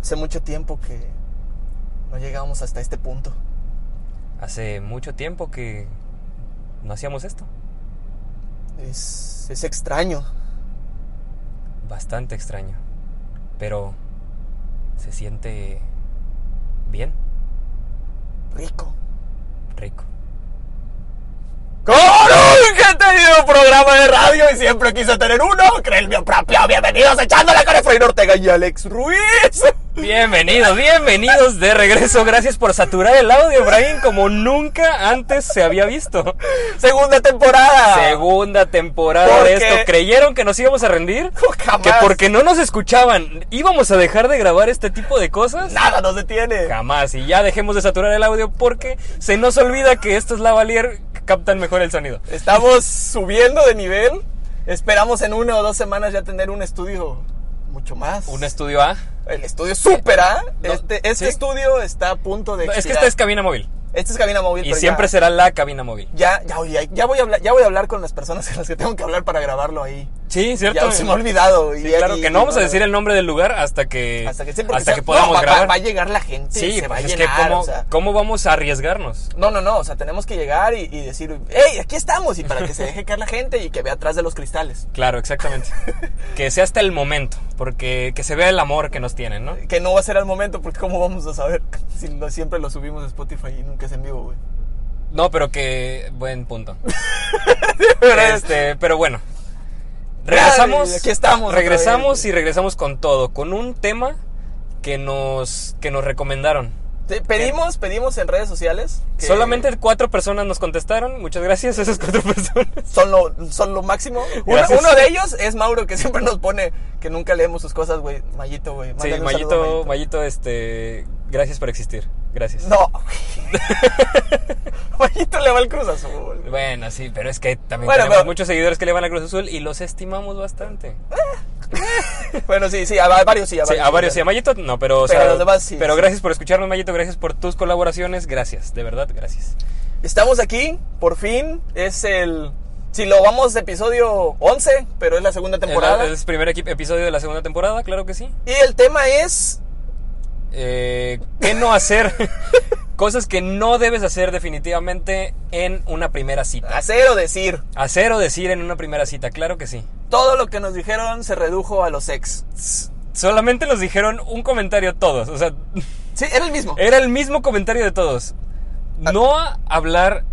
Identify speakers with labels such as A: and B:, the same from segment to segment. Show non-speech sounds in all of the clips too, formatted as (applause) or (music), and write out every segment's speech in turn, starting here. A: Hace mucho tiempo que no llegábamos hasta este punto.
B: Hace mucho tiempo que no hacíamos esto.
A: Es, es extraño.
B: Bastante extraño. Pero se siente bien,
A: Rico.
B: rico. ¡Como nunca he tenido un programa de radio y siempre quise tener uno! ¡Creen mi propio! ¡Bienvenidos echándole con Efraín Ortega y Alex Ruiz! Bienvenidos, bienvenidos de regreso. Gracias por saturar el audio, Efraín, como nunca antes se había visto.
A: Segunda temporada.
B: Segunda temporada
A: Porque-
B: de esto. ¿Creyeron que nos íbamos a rendir?
A: Jamás.
B: Que porque no nos escuchaban, íbamos a dejar de grabar este tipo de cosas.
A: Nada nos detiene.
B: Jamás. Y ya dejemos de saturar el audio porque se nos olvida que estos lavalier captan mejor el sonido.
A: Estamos subiendo de nivel. Esperamos en una o dos semanas ya tener un estudio mucho más.
B: Un estudio A.
A: El estudio super A.
B: No,
A: este este
B: sí.
A: estudio está a punto de.
B: No, es que
A: expirar.
B: esta es cabina móvil.
A: Esta es cabina móvil.
B: Y
A: pero
B: siempre
A: ya-
B: será la cabina móvil.
A: Ya, ya, oye, ya voy a hablar, ya voy a hablar con las personas con las que tengo que hablar para grabarlo ahí.
B: Sí,
A: Ya
B: ¿cierto?
A: se me ha olvidado.
B: Sí,
A: y-
B: claro
A: y-
B: que no vamos a decir el nombre del lugar hasta que
A: hasta que, sí, porque se-
B: podamos
A: no, va- va-
B: grabar.
A: Va, a llegar la gente.
B: sí,
A: se va a
B: pues es
A: llenar.
B: que cómo,
A: o sea.
B: cómo vamos a arriesgarnos.
A: No, no, no, o sea, tenemos que llegar y, y decir, hey, aquí estamos, y para que se deje caer la gente y que vea atrás de los cristales. (laughs)
B: Claro, exactamente. que sea hasta el momento, porque que se vea el amor que nos tienen, ¿no?
A: Que no va a ser al momento, porque cómo vamos a saber si lo- siempre lo subimos a Spotify y nunca es en vivo, güey.
B: No, pero que
A: (laughs)
B: buen punto. este, pero bueno. Regresamos.
A: Ay, aquí estamos otra
B: Regresamos
A: vez.
B: y regresamos con todo, con un tema que nos que nos recomendaron.
A: Sí, pedimos, pedimos en redes sociales. que
B: Solamente cuatro personas nos contestaron. Muchas gracias a esas cuatro (laughs) personas.
A: Son lo, son lo máximo. Uno,
B: Gracias.
A: uno de ellos es Mauro, que siempre nos pone que nunca leemos sus cosas, güey. Mayito, güey.
B: Sí,
A: mándale un saludo a
B: Mayito, Mayito, este, gracias por existir. Gracias.
A: No, güey. (laughs) Mayito le va al Cruz Azul.
B: Bueno, sí, pero es que también
A: Bueno,
B: tenemos
A: pero-
B: muchos seguidores que le van a Cruz Azul y los estimamos bastante.
A: Bueno, sí, sí, a, a varios sí, a
B: Sí,
A: varios.
B: a varios sí, a Mayito no, pero, o
A: Pero
B: sea,
A: los demás sí,
B: pero
A: sí.
B: gracias por escucharnos, Mayito, gracias por tus colaboraciones, gracias, de verdad, gracias.
A: Estamos aquí, por fin. Es el. Si lo vamos de episodio 11, pero es la segunda temporada.
B: Es, la- es el primer equi- episodio de la segunda temporada, claro que sí.
A: Y el tema es.
B: Eh, ¿Qué no hacer? (laughs) Cosas que no debes hacer definitivamente en una primera cita.
A: Hacer o decir.
B: Hacer o decir en una primera cita, claro que sí.
A: Todo lo que nos dijeron se redujo a los ex.
B: Solamente nos dijeron un comentario todos, o sea, (laughs)
A: Sí, era el mismo.
B: era el mismo comentario de todos. No hablar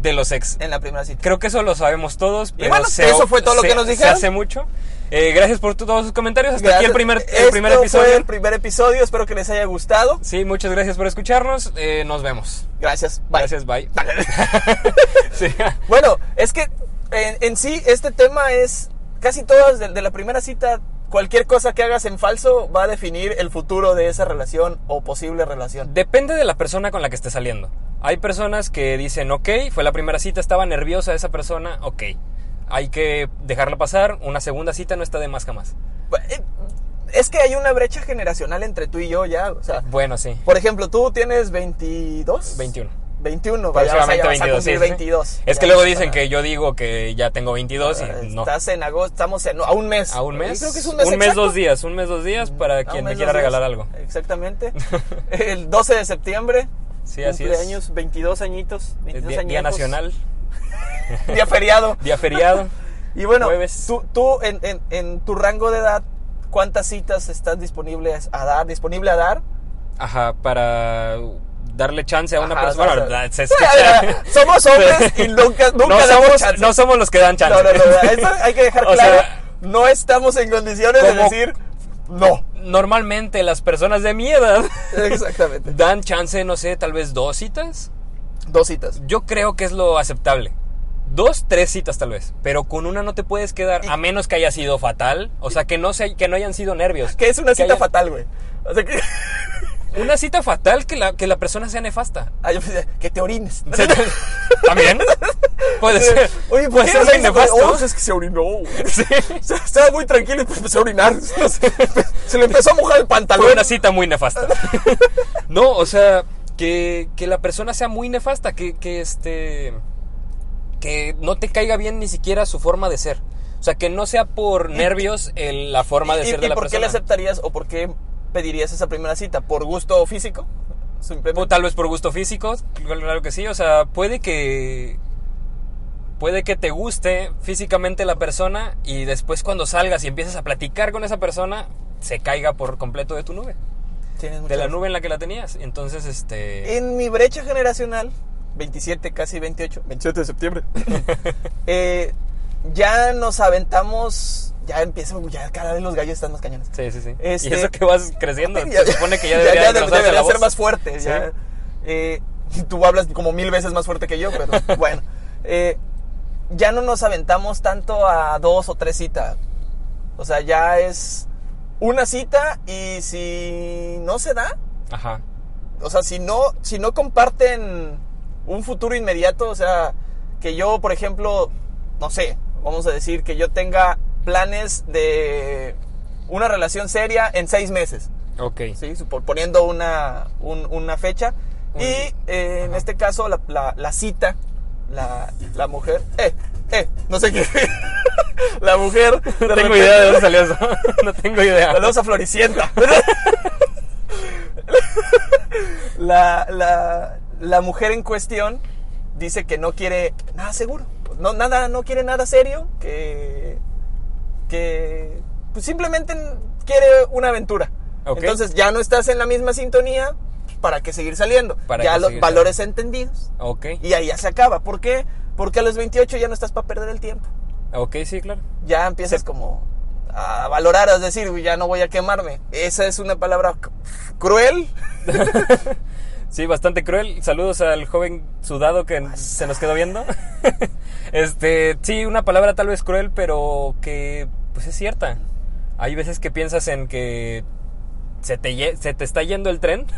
B: de los ex.
A: En la primera cita.
B: Creo que eso lo sabemos todos. Pero
A: bueno,
B: se-
A: eso fue todo lo
B: se-
A: que nos
B: se
A: dijeron.
B: hace mucho. Eh, gracias por tu- todos sus comentarios. Hasta aquí el
A: Gracias.
B: primer, el
A: Esto
B: primer
A: Fue
B: episodio.
A: el primer episodio. Espero que les haya gustado.
B: Sí, muchas gracias por escucharnos. Eh, nos vemos.
A: Gracias. Bye.
B: Gracias, bye. (laughs) Sí.
A: (laughs) Bueno, es que en, en sí este tema es casi todas de, de la primera cita. Cualquier cosa que hagas en falso va a definir el futuro de esa relación o posible relación.
B: Depende de la persona con la que estés saliendo. Hay personas que dicen, ok, fue la primera cita, estaba nerviosa esa persona, ok. Hay que dejarla pasar. Una segunda cita no está de más jamás.
A: Eh, Es que hay una brecha generacional entre tú y yo ya. O sea,
B: Bueno, sí.
A: por ejemplo, tú tienes 22.
B: 21.
A: 21, vaya, Pues vas a,
B: Próximamente
A: vas a
B: 22, sí,
A: cumplir
B: sí, sí.
A: 22.
B: Es que
A: Ya
B: luego
A: vas
B: dicen
A: a- Ah,
B: que yo digo que ya tengo 22 y no.
A: Estás en agosto, estamos en, a un mes.
B: A un mes.
A: Creo que es un mes exacto.
B: dos días. Un mes, dos días para
A: A un
B: quien me
A: mes,
B: quiera
A: dos
B: regalar
A: días.
B: algo. (laughs)
A: Exactamente. El 12 de septiembre.
B: Sí, así es.
A: cumpleaños, eh, 22 añitos. 22
B: Día, día
A: añejos.
B: nacional,
A: (laughs) Día feriado. (laughs)
B: día feriado.
A: Y bueno,
B: Jueves.
A: tú, tú en, en- en tu rango de edad, ¿cuántas citas estás disponible a dar? ¿Disponible a dar?
B: Ajá, para darle chance a una
A: Ajá,
B: persona.
A: o sea, (laughs)
B: Bueno,
A: o sea,
B: se escucha-
A: Somos hombres
B: (laughs)
A: y nunca, nunca
B: no,
A: damos
B: somos,
A: chance.
B: no somos los que dan chance.
A: No, no,
B: (laughs)
A: no, eso hay que dejar
B: O
A: claro.
B: sea,
A: no estamos en condiciones de
B: como-
A: decir
B: (laughs)
A: no.
B: Normalmente las personas de mi edad
A: Exactamente.
B: dan chance, no sé, tal vez dos citas.
A: Dos citas.
B: Yo creo que es lo aceptable. Dos, tres citas tal vez, pero con una no te puedes quedar a menos que haya sido fatal, o sea, que no se, que no hayan sido nervios.
A: Que es una
B: Que
A: cita
B: hayan-
A: fatal, güey. O sea que.
B: Una cita fatal que la, que la persona sea
A: (laughs)
B: nefasta.
A: Ah, yo pensé, que te
B: (laughs)
A: orines.
B: ¿También? Puede ser.
A: Oye,
B: puede
A: pues
B: ser alguien nefasto.
A: es que se orinó. (laughs) güey.
B: (laughs) Sí.
A: Se- Estaba muy tranquilo y pues empezó a orinar. (laughs) Se le empezó a mojar el pantalón.
B: Fue una cita muy
A: (laughs)
B: nefasta. No, o sea, que, que la persona sea muy nefasta, que, que este. que no te caiga bien ni siquiera su forma de ser. O sea, que no sea por nervios el- la forma de
A: ¿Y,
B: ser de
A: y
B: la
A: por qué le
B: persona.
A: aceptarías o por qué pedirías esa primera cita? ¿Por gusto físico? Simplemente.
B: O tal vez por gusto físico, claro que sí. O sea, puede que. Puede que te guste físicamente la persona y después cuando salgas y empiezas a platicar con esa persona, se caiga por completo de tu nube.
A: Tienes mucha
B: De la
A: razón.
B: nube en la que la tenías. Entonces, este.
A: En mi brecha generacional, 27, casi 28, 27 de septiembre,
B: (laughs)
A: eh, ya nos aventamos, ya empieza, ya cada vez los gallos están más cañones.
B: Sí, sí, sí.
A: Este-
B: Y eso que vas
A: (laughs)
B: creciendo.
A: Ya-
B: se supone que ya debería, engrosarse
A: debería
B: la voz.
A: ser más fuerte.
B: Sí.
A: ya. Eh, tú hablas como mil veces más fuerte que yo,
B: (laughs)
A: pero bueno. Eh, ya no nos aventamos tanto a dos o tres citas. O sea, ya es una cita y si no se da,
B: Ajá.
A: o sea, si no, si no comparten un futuro inmediato, o sea, que yo, por ejemplo, no sé, vamos a decir que yo tenga planes de una relación seria en seis meses,
B: Ok.
A: ¿sí? Supo- poniendo una, un- una fecha. Y eh, en este caso, la, la- la cita, la, la mujer, eh, eh, no sé qué. (laughs) la mujer. de
B: No tengo
A: repente-
B: idea de dónde salió eso. (laughs) no tengo idea.
A: Saludos a Floricienta. la, la, la mujer en cuestión dice que no quiere nada seguro. No, nada, no quiere nada serio. Que. Que. pues, simplemente quiere una aventura.
B: Ok.
A: Entonces ya no estás en la misma sintonía. ¿Para qué seguir saliendo?
B: ¿Para
A: ya
B: qué
A: los
B: seguir
A: valores entendidos.
B: Ok.
A: Y ahí ya se acaba. ¿Por qué? Porque a los 28 ya no estás para perder el tiempo
B: Ok, sí, claro.
A: ya empiezas como a valorar, a decir, "Uy, ya no voy a quemarme. Esa es una palabra c- cruel.
B: Sí, bastante cruel. Saludos al joven sudado que se nos quedó viendo. (laughs) este, sí, una palabra tal vez cruel, pero que pues es cierta. Hay veces que piensas en que se te, ye- se te está yendo el tren, (laughs)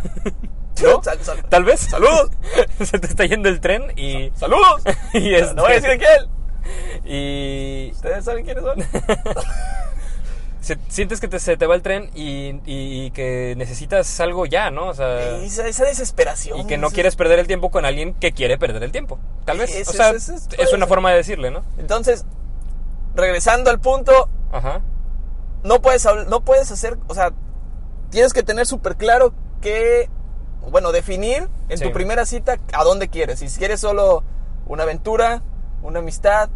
A: (laughs) ¿No? Sal- sal-
B: tal vez.
A: ¡Saludos!
B: (laughs) se te está yendo el tren y
A: (laughs) ¡Saludos!
B: y este,
A: No voy a decir de quién.
B: y
A: Ustedes saben quiénes son.
B: se- sientes que te- se te va el tren y, y- y que necesitas algo ya, ¿no? O sea,
A: (laughs) Esa, esa desesperación.
B: y que no
A: ese-
B: quieres perder el tiempo con alguien que quiere perder el tiempo. Tal vez,
A: Eso
B: o sea,
A: es- eso es-
B: es una forma de decirle, ¿no?
A: Entonces, regresando al punto,
B: Ajá.
A: no puedes, habl- no puedes hacer, o sea, tienes que tener súper claro que, bueno, definir en
B: Sí.
A: tu primera cita a dónde quieres. Si quieres solo una aventura, una amistad,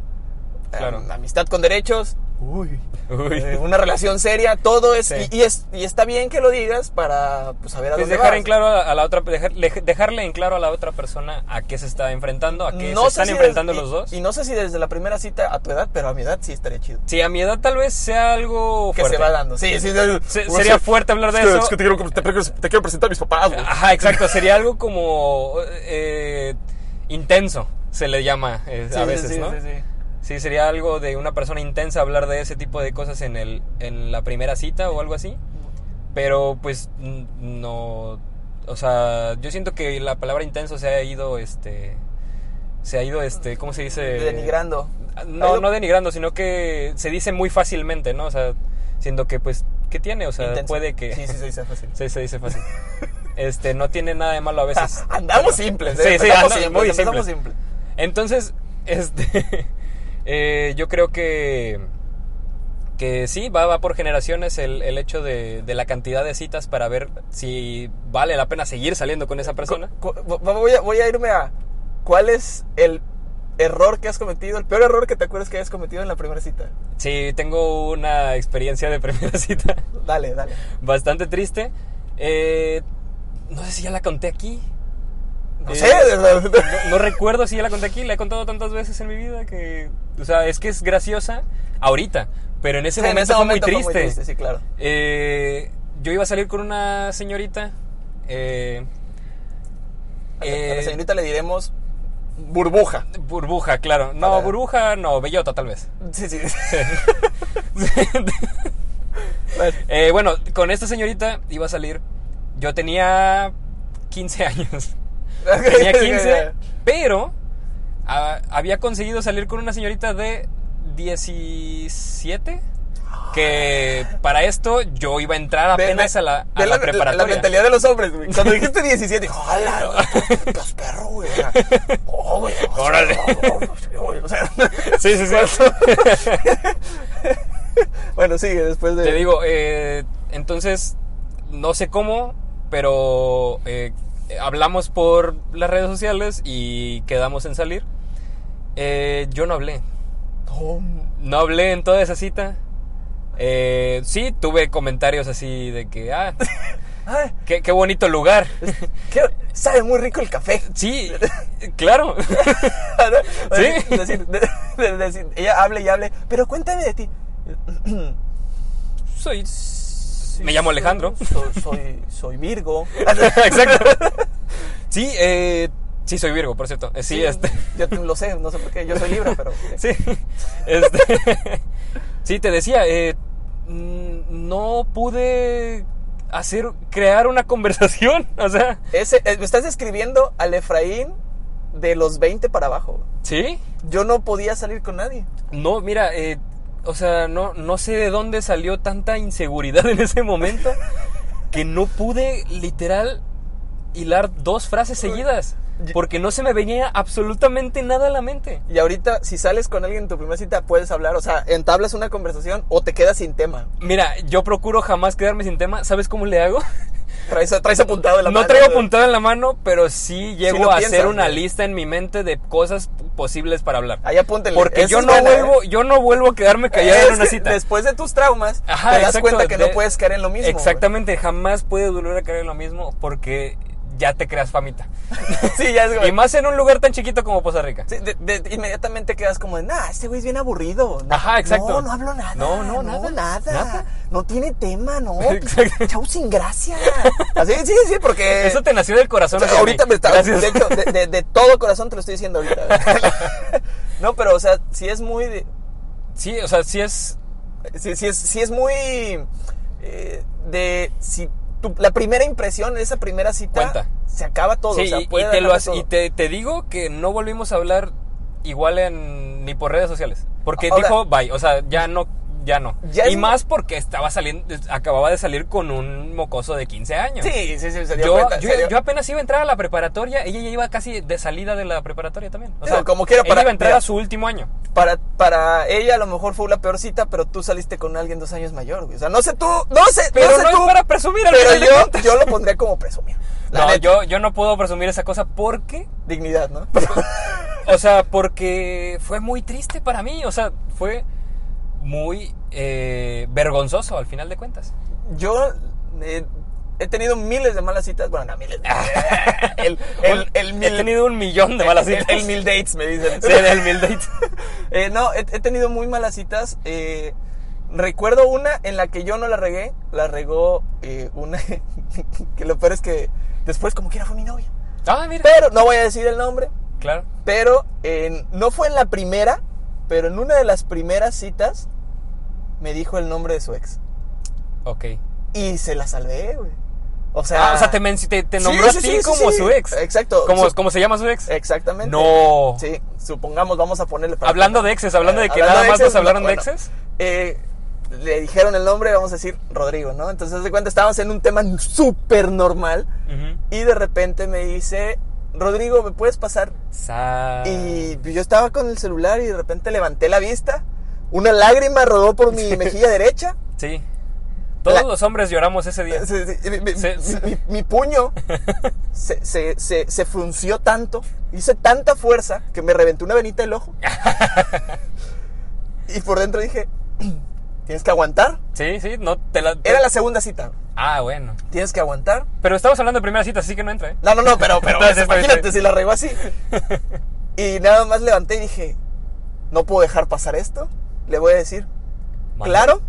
B: Claro.
A: am- amistad con derechos,
B: Uy. (laughs) Pues
A: eh, una relación seria, todo es,
B: Sí.
A: y, y es y está bien que lo digas para pues, saber a
B: Pues
A: dónde
B: dejar
A: vas.
B: en claro a, a la otra dejar- lej- dejarle en claro a la otra persona a qué se está enfrentando, a qué se
A: sé
B: están
A: si
B: enfrentando
A: desde-
B: los
A: y-
B: dos.
A: Y no sé si desde la primera cita a tu edad, pero a mi edad sí estaría chido.
B: Sí, a mi edad tal vez sea algo
A: Que
B: fuerte.
A: se va dando. Sí, sí. de-
B: Se- sería fuerte hablar de
C: Es que-
B: eso.
C: Es que te quiero, te, te quiero presentar a mis papás, güey.
B: Ajá, exacto. Sería algo como eh, intenso, se le llama eh,
A: Sí,
B: a
A: sí,
B: veces,
A: sí,
B: ¿no?
A: sí, sí.
B: Sí, sería algo de una persona intensa hablar de ese tipo de cosas en, el, en la primera cita o algo así. Pero pues n- no... O sea, yo siento que la palabra intenso se ha ido, este... Se ha ido, este... ¿Cómo se dice?
A: Denigrando.
B: No,
A: Algo-
B: no denigrando, sino que se dice muy fácilmente, ¿no? O sea, siendo que pues... ¿Qué tiene? O sea,
A: Intenso.
B: puede que...
A: Sí, sí, sí, sí, sí.
B: (laughs) Sí, se dice fácil. Este, no tiene nada de malo a
A: (laughs)
B: veces.
A: Ah, Andamos simples,
B: Sí,
A: ¿eh?
B: sí,
A: Andamos
B: anda-
A: simples,
B: muy
A: empezamos
B: simples.
A: simple.
B: Entonces, este, (laughs) eh, yo creo que, que sí, va, va por generaciones el, el hecho de, de la cantidad de citas para ver si vale la pena seguir saliendo con esa persona.
A: Cu- vo- Voy a, voy a irme a. ¿Cuál es el error que has cometido? El peor error que te acuerdas que hayas cometido en la primera cita.
B: Sí, tengo una experiencia de (laughs) primera cita
A: Dale, dale.
B: (laughs) bastante triste. Eh, no sé si ya la conté aquí.
A: No
B: Eh,
A: sé. de verdad.
B: No recuerdo si ya la conté aquí, la he contado tantas veces en mi vida que. O sea, es que es graciosa ahorita, pero en ese
A: (laughs) En
B: momento,
A: ese
B: fue, muy
A: momento fue
B: triste.
A: muy triste, sí, claro.
B: Eh, yo iba a salir con una señorita. eh,
A: A la- a la
B: eh,
A: señorita le diremos burbuja.
B: burbuja, claro. No,
A: Para- (laughs)
B: burbuja, no, bellota tal vez.
A: Sí, sí.
B: Eh, bueno, con esta señorita iba a salir. Yo tenía 15 años. (laughs) Tenía 15, pero ah, había conseguido salir con una señorita de 17. Que para esto yo iba a entrar apenas a la, a
A: ve
B: la preparatoria.
A: mentalidad de los hombres, güey. Cuando dijiste (laughs) 17, dijo, ¡hala! ¡Los perros, güey! ¡Oh, güey!
B: Órale.
A: O sea, (laughs)
B: Sí, sí, sí.
A: bueno, sigue después de.
B: Te digo, eh, entonces, no sé cómo, pero eh, hablamos por las redes sociales y quedamos en salir. Eh, yo no hablé. No hablé en toda esa cita. Eh, sí, tuve comentarios así de que, ah, (laughs)
A: Ay,
B: qué, qué bonito lugar.
A: qué- Sabe muy rico el café. (laughs)
B: Sí, claro. (laughs)
A: ¿no?
B: Sí.
A: Es decir, de- de- decir, ella habla y hable, pero cuéntame de ti.
B: Soy... (laughs) Me llamo Alejandro.
A: Soy, soy, soy
B: (laughs)
A: Virgo.
B: Exacto. Sí, eh, sí, soy Virgo, por cierto. Eh, sí, este...
A: Yo te- lo sé, no sé por qué. Yo soy Libra, pero.
B: (laughs) Sí. Este, (laughs) sí, te decía, eh, mm, no pude hacer, crear una (laughs) conversación. O sea,
A: Ese, eh, me estás describiendo al Efraín de los 20 para abajo.
B: sí.
A: Yo no podía salir con nadie.
B: No, mira, eh, o sea, no, no sé de dónde salió tanta inseguridad (laughs) en ese momento que no pude literal hilar dos frases seguidas. Porque no se me venía absolutamente nada a la mente.
A: Y ahorita, si sales con alguien en tu primera cita, puedes hablar, o sea, entablas una conversación o te quedas sin tema.
B: Mira, yo procuro jamás quedarme sin tema. ¿Sabes cómo le hago? (laughs)
A: Traes, traes apuntado en la
B: No
A: mano,
B: traigo
A: ¿no?
B: apuntado en la mano, pero sí llego
A: lo
B: a
A: piensas,
B: hacer una
A: güey.
B: lista en mi mente de cosas p- posibles para hablar.
A: Ahí apúntenle.
B: Porque
A: Esa
B: yo
A: es
B: no
A: buena, ¿eh?
B: vuelvo, yo no vuelvo a quedarme callado en
A: Es
B: una
A: que
B: cita.
A: Después de tus traumas,
B: Ajá,
A: te das
B: exacto,
A: cuenta que
B: de-
A: no puedes caer en lo mismo. güey.
B: Exactamente, jamás puedes volver a caer en lo mismo porque ya te creas famita.
A: (laughs) Sí, ya es
B: y
A: güey.
B: más en un lugar tan chiquito como Poza Rica.
A: Sí, de- de- inmediatamente quedas como de, nah, este güey es bien aburrido. No,
B: Ajá, exacto.
A: No, no hablo nada.
B: No, no, nada,
A: nada.
B: nada.
A: No tiene tema, (laughs) no.
B: Exacto.
A: Chau, sin gracia. Así, sí, sí, porque.
B: Eso te nació del corazón. hacia
A: ahorita
B: mí.
A: me está.
B: Gracias.
A: De, hecho, de, de- de todo corazón te lo estoy diciendo ahorita. (laughs) no, pero, o sea, sí es muy. de-
B: Sí, o sea, sí es.
A: Sí, sí es, sí es muy. eh, de. Si tu- la primera impresión, esa primera cita.
B: Cuenta.
A: Se acaba todo.
B: sí,
A: o sea,
B: y- y,
A: puede
B: te lo
A: dejar de
B: as-
A: todo.
B: y te, te digo que no volvimos a hablar igual en, ni por redes sociales. Porque
A: Ahora-
B: dijo bye, o sea, ya no, ya no.
A: Ya
B: y
A: es-
B: más porque estaba saliendo, acababa de salir con un mocoso de 15 años.
A: Sí, sí, sí, se dio
B: Yo,
A: cuenta,
B: yo,
A: se dio-
B: yo apenas iba a entrar a la preparatoria, ella ya iba casi de salida de la preparatoria también. O
A: Pero
B: sea,
A: como quiera,
B: ella
A: para-
B: iba a entrar
A: mira.
B: a su último año.
A: para, para ella a lo mejor fue la peor cita, pero tú saliste con alguien dos años mayor, güey. O sea, no sé tú, no sé,
B: Pero
A: no
B: no,
A: sé
B: es
A: tú,
B: para presumir al
A: pero
B: final de
A: yo,
B: cuentas.
A: yo lo pondría como presumir. La
B: No,
A: neta,
B: yo, yo no puedo presumir esa cosa porque
A: Dignidad,
B: (laughs)
A: ¿no?
B: O sea, porque fue muy triste para mí. O sea, fue muy eh, vergonzoso al final de cuentas.
A: yo eh, he tenido miles de malas citas. Bueno, no, miles. De,
B: (laughs)
A: el, el, el mil,
B: He tenido un millón de malas citas.
A: (laughs) El, el mil dates, me dicen.
B: Sí, el mil dates.
A: (laughs) Eh, no, he, he tenido muy malas citas. eh, recuerdo una en la que yo no la regué, la regó eh, una (laughs) que lo peor es que después como quiera fue mi novia.
B: Ah, mira.
A: Pero no voy a decir el nombre,
B: Claro.
A: Pero en- no fue en la primera, pero en una de las primeras citas me dijo el nombre de su ex.
B: Ok.
A: Y se la salvé, güey. O sea,
B: Ah, o sea, te, men- te, te
A: Sí,
B: nombró
A: sí,
B: a ti
A: sí, sí,
B: como
A: sí.
B: su ex.
A: Exacto.
B: Como,
A: Su-
B: como se llama su ex.
A: Exactamente.
B: No.
A: Sí, supongamos, vamos a ponerle. para-
B: Hablando de exes, hablando de que
A: Hablando
B: nada
A: de
B: más
A: exes,
B: nos hablaron
A: bueno,
B: de exes.
A: eh, le dijeron el nombre, vamos a decir Rodrigo, ¿no? Entonces, haz de cuenta, estábamos en un tema súper normal.
B: Ujú.
A: Y de repente me dice, Rodrigo, ¿me puedes pasar
B: Sa-
A: Y pues, yo estaba con el celular y de repente levanté la vista. Una lágrima rodó por mi mejilla derecha.
B: Sí. Todos
A: La-
B: los hombres lloramos ese día.
A: Se- se- mi, mi-
B: Se- se-
A: mi- mi puño se, se- se- se frunció tanto, hice tanta fuerza que me reventó una venita del
B: (laughs)
A: ojo. y por dentro dije, tienes que aguantar.
B: Sí, sí, no te la.
A: Era la segunda cita.
B: Ah, bueno.
A: Tienes que aguantar.
B: Pero estamos hablando de primera cita, así que no entra, ¿eh?
A: No, no, no, pero, pero
B: Entonces,
A: imagínate
B: pues,
A: si la regó
B: (laughs)
A: así. Y nada más levanté y dije, no puedo dejar pasar esto. Le voy a decir,
B: Manda.
A: Claro,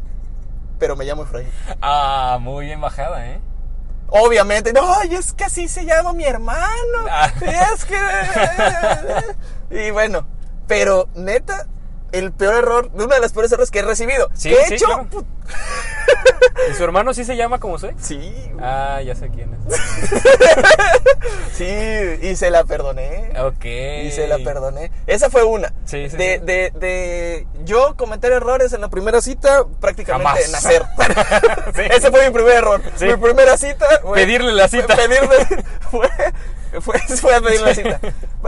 A: pero me llamo Efraín.
B: Ah, muy bien bajada, ¿eh?
A: Obviamente, no, y es que así se llama mi hermano.
B: (laughs) Ah.
A: Y Es que. Y bueno, pero neta, el peor error, de uno de los peores errores que he recibido.
B: Sí,
A: Que he
B: sí,
A: hecho?
B: claro.
A: put-
B: ¿Y su hermano sí se llama como su ex?
A: Sí,
B: Ah, ya sé quién es.
A: sí, y se la perdoné.
B: Ok.
A: Y se la perdoné. Esa fue una.
B: Sí, sí,
A: de,
B: sí.
A: De, de yo cometer errores en la primera cita, prácticamente
B: Jamás.
A: en nacer.
B: (laughs) Sí.
A: Ese fue mi primer error.
B: Sí.
A: Mi primera cita. güey,
B: Pedirle la
A: (laughs) fue
B: cita.
A: Pedirle. Fue, fue, fue a pedir la cita.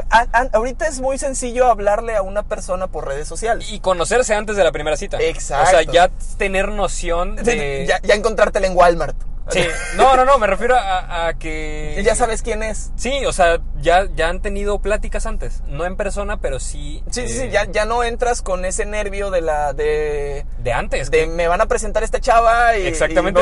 A: A- a- ahorita es muy sencillo hablarle a una persona por redes sociales.
B: Y conocerse antes de la primera cita.
A: Exacto.
B: O sea, ya tener
A: (laughs)
B: noción de...
A: Ya, ya encontrártela en Walmart.
B: Sí. No, no, no, me refiero a, a que...
A: Ya sabes quién es.
B: Sí, o sea, ya, ya han tenido pláticas antes. No en persona, pero sí...
A: Sí, sí,
B: eh,
A: sí, ya, ya no entras con ese nervio de la de
B: De antes.
A: de
B: que-
A: me van a presentar esta chava y
B: Exactamente,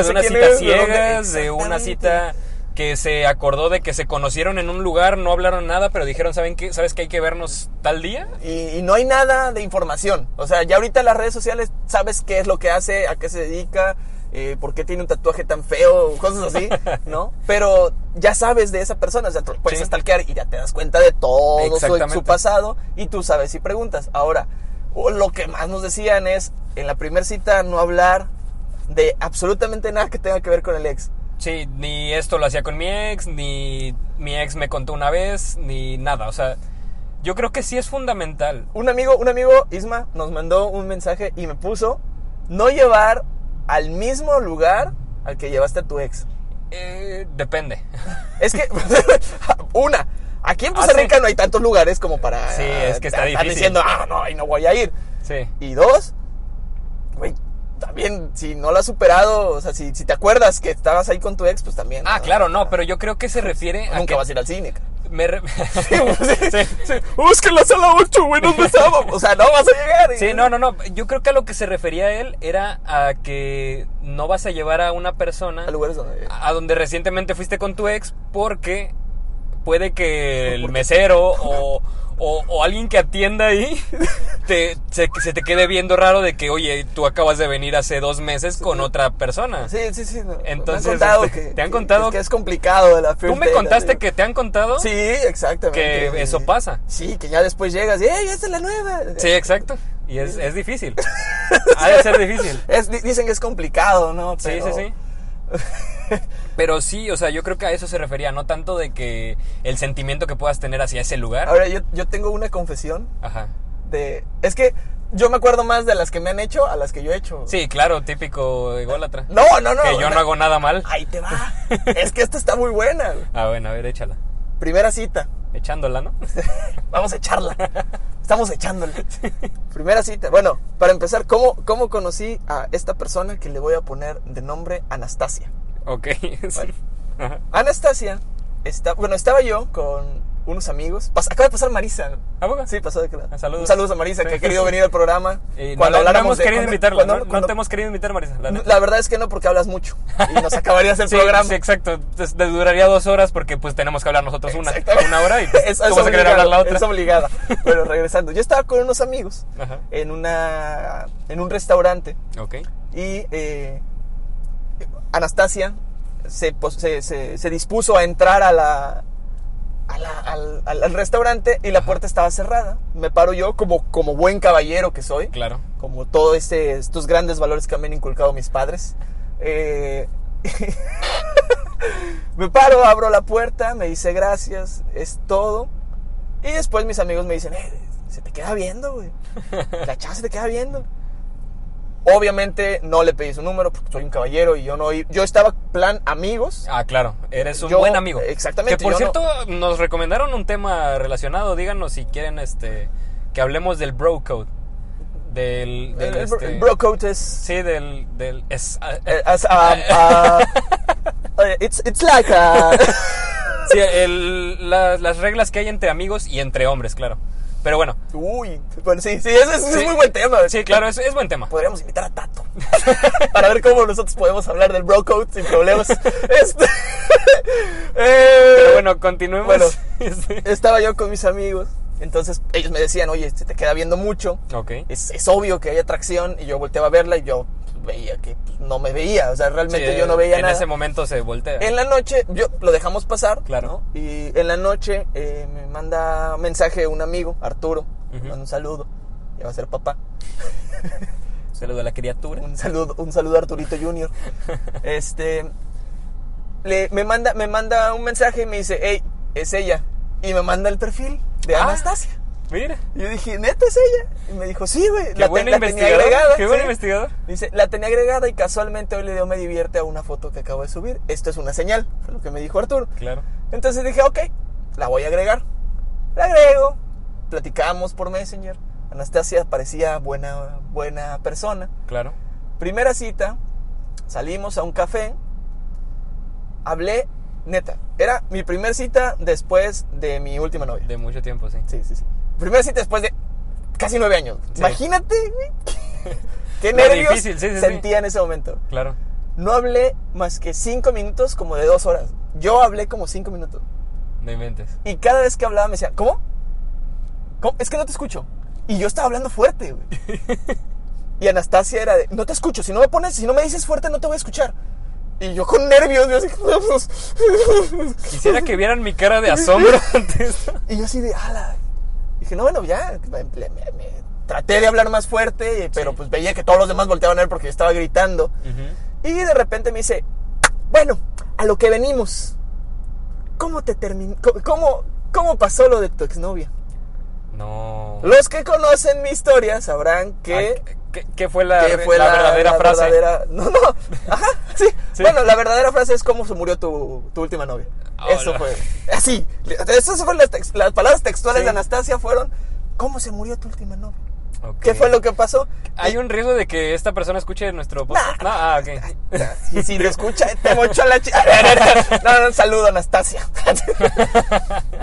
A: y no
B: de
A: sé
B: una
A: quién
B: cita
A: es, de dónde-
B: ciegas, de una cita que se acordó de que se conocieron en un lugar, no hablaron nada, pero dijeron, ¿saben qué? ¿Sabes que hay que vernos tal día?
A: y, y no hay nada de información. O sea, ya ahorita las redes sociales sabes qué es lo que hace, a qué se dedica, eh, por qué tiene un tatuaje tan feo, cosas así, ¿no? Pero ya sabes de esa persona, o sea, tú puedes
B: Sí.
A: stalkear y ya te das cuenta de todo su,
B: Exactamente.
A: su pasado y tú sabes y preguntas. Ahora, o lo que más nos decían es, en la primera cita no hablar de absolutamente nada que tenga que ver con el ex.
B: Sí, ni esto lo hacía con mi ex, ni mi ex me contó una vez, ni nada. O sea, yo creo que sí es fundamental.
A: un amigo, un amigo, Isma, nos mandó un mensaje y me puso no llevar al mismo lugar al que llevaste a tu ex.
B: Eh, depende. (laughs)
A: Es que, (laughs) una, aquí en Costa
B: Ah, sí.
A: Rica no hay tantos lugares como para
B: Sí, es que está
A: estar
B: difícil.
A: diciendo, ah, no, y no voy a ir.
B: Sí.
A: Y dos, güey, también, si no lo has superado, o sea, si, si te acuerdas que estabas ahí con tu ex, pues también.
B: Ah, claro, no, pero yo creo que se refiere a
A: Nunca
B: que...
A: vas a ir al cine. cara.
B: me re- (laughs) Sí.
A: Oh, es que en la sala 8, güey, nos besamos. (laughs) O sea, no vas a llegar. Y-
B: Sí, no, no, no. Yo creo que a lo que se refería él era a que no vas a llevar a una persona
A: A lugares donde...
B: a donde recientemente fuiste con tu ex porque puede que el
A: (laughs)
B: mesero o, o- o alguien que atienda ahí (laughs) te- se, se te quede viendo raro de que, oye, tú acabas de venir hace dos meses con otra persona.
A: Sí, sí, sí. no.
B: Entonces,
A: me han contado
B: este,
A: que,
B: te han
A: que-
B: contado-
A: que es complicado la
B: Tú me contaste que te han contado
A: Sí, exactamente.
B: que eso pasa.
A: Sí, que ya después llegas y, ¡ey, esta es la nueva!
B: Sí, exacto. Y es,
A: (laughs)
B: es difícil. Ha de ser difícil.
A: Es- di- dicen que es complicado, ¿no?
B: Sí,
A: Pero-
B: sí, sí. Pero sí, o sea, yo creo que a eso se refería, no tanto de que el sentimiento que puedas tener hacia ese lugar.
A: Ahora, yo, yo tengo una confesión
B: Ajá.
A: de... Es que yo me acuerdo más de las que me han hecho a las que yo he hecho.
B: Sí, claro, típico ególatra.
A: No, no, no.
B: que yo no hago nada mal.
A: Ahí te
B: (laughs)
A: va. es que esta está muy buena. güey.
B: Ah, bueno, a ver, échala.
A: Primera cita.
B: Echándola, ¿no? (laughs)
A: Vamos a echarla. (laughs) Estamos echándole. Primera cita. Bueno, para empezar, ¿cómo, ¿cómo conocí a esta persona que le voy a poner de nombre Anastasia?
B: ok. sí. Ajá.
A: Anastasia, está, bueno, estaba yo con unos amigos. Pas- acaba de pasar Marisa.
B: ¿A poco?
A: Sí, pasó de que la-
B: Ah, saludos.
A: Un saludos a Marisa, que ha querido venir al programa.
B: Y Eh, no,
A: Cuando
B: la- no
A: habláramos
B: hemos
A: de-
B: querido
A: cuando-
B: invitarla,
A: cuando-
B: ¿no? No
A: cuando-
B: te hemos querido invitar, Marisa. La neta.
A: la verdad es que no, porque hablas mucho. Y
B: (laughs)
A: nos acabarías el
B: Sí,
A: programa.
B: sí, exacto. Entonces, te duraría dos horas porque pues tenemos que hablar nosotros una,
A: Exactamente.
B: una hora y
A: (laughs)
B: pues,
A: (laughs) Es-
B: tú
A: es
B: vas a querer
A: obligado,
B: hablar la otra.
A: Es obligada. Pero regresando, yo estaba con unos amigos
B: Ajá.
A: en, una, en un restaurante.
B: Ok.
A: Y eh, Anastasia se, pos- se- se- se dispuso a entrar a la, a la- al, al- al restaurante y la puerta estaba cerrada. Me paro yo como, como buen caballero que soy,
B: Claro.
A: como todos estos grandes valores que me han inculcado mis padres. Eh, (laughs) me paro, abro la puerta, me dice gracias, es todo. Y después mis amigos me dicen, "Eh, se te queda viendo,
B: (laughs)
A: güey. La chava se te queda viendo. Obviamente no le pedí su número porque soy un caballero y yo no... i- Yo estaba plan amigos.
B: Ah, claro, eres un
A: Yo-
B: buen amigo.
A: exactamente,
B: Que por
A: yo
B: cierto, nos recomendaron un tema relacionado. Díganos si quieren este que hablemos del bro code. Del.
A: El,
B: del,
A: el bro-
B: este,
A: el bro code es...
B: Sí, del. del es- ah, eh,
A: eh, as- ah, ah, (laughs) eh, it's, it's like
B: (laughs)
A: a... (laughs)
B: sí, el- la- las reglas que hay entre amigos y entre hombres, claro. Pero bueno,
A: Uy, bueno, sí, sí, ese es, es
B: Sí.
A: muy buen tema.
B: sí, claro, es, es buen tema.
A: Podríamos invitar a Tato (laughs) para ver cómo nosotros podemos hablar del bro code sin
B: (laughs)
A: problemas. Este, (laughs) eh,
B: Pero bueno, continuemos.
A: Bueno.
B: Sí.
A: estaba yo con mis amigos, entonces ellos me decían, oye, se te queda viendo mucho,
B: (laughs) ok.
A: es, es obvio que hay atracción, y yo volteaba a verla y yo pues, veía que pues, no me veía, o sea, realmente
B: Sí,
A: yo no veía
B: en
A: nada.
B: ese momento se voltea.
A: En la noche, yo lo dejamos pasar.
B: Claro.
A: ¿no? Y en la noche eh, me manda mensaje un amigo, Arturo. me
B: Ujú.
A: manda un saludo. ya va a ser papá.
B: Saludo a la criatura.
A: Un saludo, un saludo a Arturito Junior. Este le- me manda, me manda un mensaje y me dice, hey, es ella. Y me manda el perfil de
B: Ah.
A: Anastasia.
B: Mira,
A: Y yo dije, neta es ella. Y me dijo, sí, güey.
B: qué
A: la te-
B: buen
A: la tenía
B: investigador.
A: agregada.
B: qué buen
A: sí.
B: investigador.
A: Dice, la tenía agregada y casualmente hoy le dio me divierte a una foto que acabo de subir. Esto es una señal, fue lo que me dijo Arturo.
B: Claro.
A: Entonces dije, ok, la voy a agregar. La agrego, platicamos por Messenger. Anastasia parecía buena, buena persona.
B: Claro.
A: Primera cita, salimos a un café, hablé, neta, era mi primer cita después de mi última novia.
B: De mucho tiempo, sí.
A: Sí, sí, sí. Primera cita después de casi nueve años.
B: Sí.
A: Imagínate, güey.
B: (laughs)
A: Qué
B: Lo
A: nervios
B: difícil, sí, sí, sí.
A: sentía en ese momento.
B: Claro.
A: No hablé más que cinco minutos como de dos horas. Yo hablé como cinco minutos.
B: No inventes.
A: Y cada vez que hablaba me decía, ¿cómo? ¿Cómo? Es que no te escucho. Y yo estaba hablando fuerte, güey. Y Anastasia era de, no te escucho, si no me pones, si no me dices fuerte no te voy a escuchar. Y yo con nervios, yo así, (laughs) pues.
B: Quisiera que vieran mi cara de
A: (laughs)
B: asombro ante esto.
A: y yo así de, ala. Dije, no, bueno, ya. me- me- me- me- Traté de hablar más fuerte, pero pues veía que todos los demás volteaban a ver porque yo estaba gritando. Y de repente me dice, bueno, a lo que venimos. ¿Cómo te terminó? ¿Cómo, ¿Cómo pasó lo de tu exnovia?
B: No.
A: Los que conocen mi historia sabrán
B: Ah,
A: que,
B: ¿Qué, qué fue la,
A: que fue
B: la
A: la,
B: verdadera
A: la
B: frase?
A: verdadera- no, no. Ajá, sí.
B: Sí.
A: Bueno, la verdadera frase es cómo se murió tu, tu última novia.
B: Ahora.
A: Eso fue. Así. Esas fueron las, tex- las palabras textuales
B: Sí.
A: de Anastasia fueron cómo se murió tu última novia.
B: Ok.
A: ¿Qué fue lo que pasó?
B: ¿Hay un riesgo de que esta persona escuche nuestro podcast? No, ah, ok.
A: Y si lo
B: (laughs)
A: escucha, te mocho a la (laughs) chica. No, no, saludo, Anastasia. (laughs)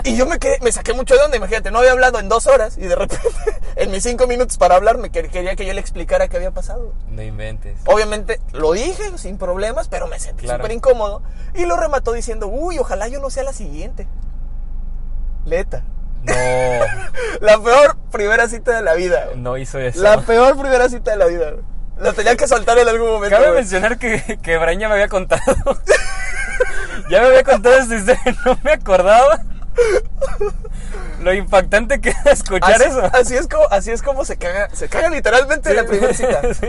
A: Y yo me quedé, me saqué mucho de onda, imagínate, no había hablado en dos horas y de repente, (laughs) en mis cinco minutos para hablar, me quer- quería que yo le explicara qué había pasado.
B: No inventes.
A: Obviamente lo dije sin problemas, pero me sentí
B: Claro.
A: súper incómodo. Y lo remató diciendo, uy, ojalá yo no sea la siguiente. Leta. Oh.
B: No,
A: La peor primera cita de la vida. güey.
B: no hizo eso.
A: La peor primera cita de la vida. güey. La tenía que soltar en algún momento.
B: Cabe
A: güey.
B: mencionar que, que Brian ya me había contado. (laughs) ya me había contado esta historia, no me acordaba. Lo impactante que era escuchar
A: Así,
B: eso.
A: así es como, así es como se caga, se caga literalmente en la primera cita.
B: (laughs) Sí.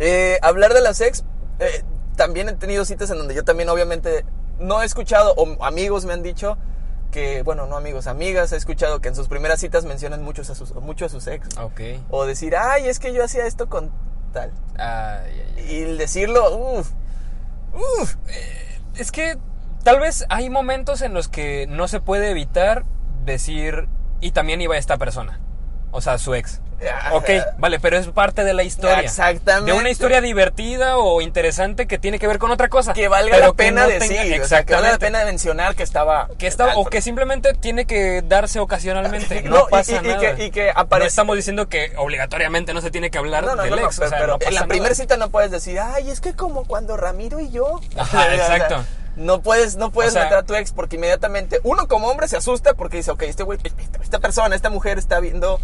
A: Eh, hablar de las ex, eh, también he tenido citas en donde yo también obviamente no he escuchado, o amigos me han dicho que, bueno, no amigos, amigas, he escuchado que en sus primeras citas mencionan muchos a sus, mucho a sus ex.
B: Ok.
A: O decir, ay, es que yo hacía esto con tal.
B: Ay, ay, ay.
A: Y el decirlo, uff,
B: Uf, eh, es que tal vez hay momentos en los que no se puede evitar decir, y también iba esta persona, o sea, su ex.
A: Ah.
B: Ok, vale, pero es parte de la historia.
A: Exactamente.
B: De una historia divertida o interesante que tiene que ver con otra cosa.
A: que valga
B: pero
A: la
B: que
A: pena
B: no
A: decir,
B: tenga-
A: o sea, que valga la
B: exactamente.
A: pena mencionar que estaba...
B: Que está, o
A: tal,
B: que simplemente tiene que
A: (laughs)
B: darse ocasionalmente. No,
A: No, y-
B: pasa
A: y- y que-
B: nada.
A: y que aparece-
B: No estamos diciendo que obligatoriamente no se tiene que hablar
A: No, no,
B: del
A: no, no,
B: ex. o
A: pero,
B: sea,
A: pero
B: no pasa
A: en la
B: nada.
A: primera cita no puedes decir, ay, es que como cuando Ramiro y yo. (laughs)
B: Ajá, exacto.
A: no puedes, no puedes
B: O sea-
A: meter a tu ex porque inmediatamente uno como hombre se asusta porque dice, ok, este güey, esta, esta persona, esta mujer está viendo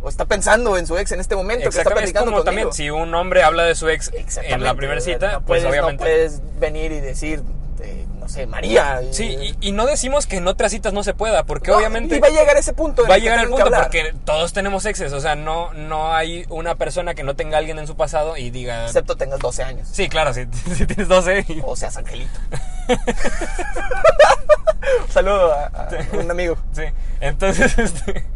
A: o está pensando en su ex en este momento, que está
B: Exactamente, es
A: platicando
B: como
A: conmigo.
B: también si un hombre habla de su ex en
A: Exactamente,
B: la primera
A: güey,
B: cita,
A: no
B: pues
A: puedes-
B: obviamente.
A: No puedes venir y decir, eh, no sé, María. y-
B: Sí, y, y no decimos que en otras citas no se pueda, porque
A: No,
B: obviamente
A: Y va a llegar ese punto. en
B: va a
A: el que
B: llegar el
A: tienen que
B: punto,
A: hablar.
B: porque todos tenemos exes, o sea, no, no hay una persona que no tenga a alguien en su pasado y diga...
A: Excepto tengas 12 años.
B: Sí, claro, si, (laughs) si tienes 12 y-
A: O seas
B: (laughs)
A: angelito. Saludo a- a un amigo.
B: Sí, entonces, (laughs) este,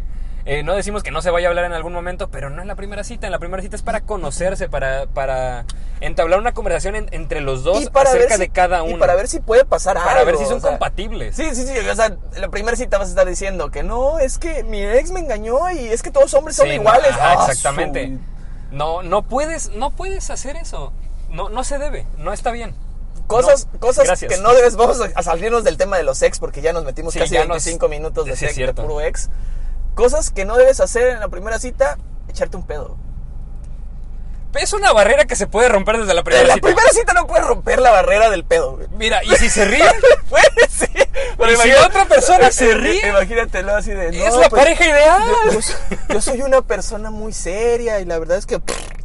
B: eh, no decimos que no se vaya a hablar en algún momento, pero no en la primera cita. En la primera cita es para conocerse, para, para entablar una conversación en- entre los dos acerca
A: si-
B: de cada
A: y
B: uno.
A: para ver si puede pasar algo.
B: Para ver si son
A: o sea.
B: compatibles.
A: Sí, sí, sí. O sea, en la primera cita vas a estar diciendo que no, es que mi ex me engañó y es que todos los hombres son
B: Sí, no,
A: iguales.
B: ajá,
A: Ah,
B: exactamente. No, no puedes, no puedes hacer eso. No, no se debe, no está bien.
A: su- Cosas,
B: No,
A: cosas
B: gracias.
A: que no debes. Vamos a salirnos del tema de los ex porque ya nos metimos
B: Sí,
A: casi
B: ya nos-
A: 25 minutos de,
B: Sí, es
A: sex, de
B: cierto.
A: puro ex. Cosas que no debes hacer en la primera cita: echarte un pedo.
B: Es una barrera que se puede romper desde la primera
A: En la
B: cita.
A: primera cita no puedes romper la barrera del pedo, güey.
B: Mira, y si
A: (laughs)
B: se ríen,
A: Güey, sí. Pero
B: ¿Y si
A: imagina-
B: otra persona se ríe?
A: Imagínatelo así de.
B: es
A: "No,
B: la
A: pues,
B: pareja ideal.
A: yo, yo so- yo soy una persona muy seria y la verdad es que. (laughs)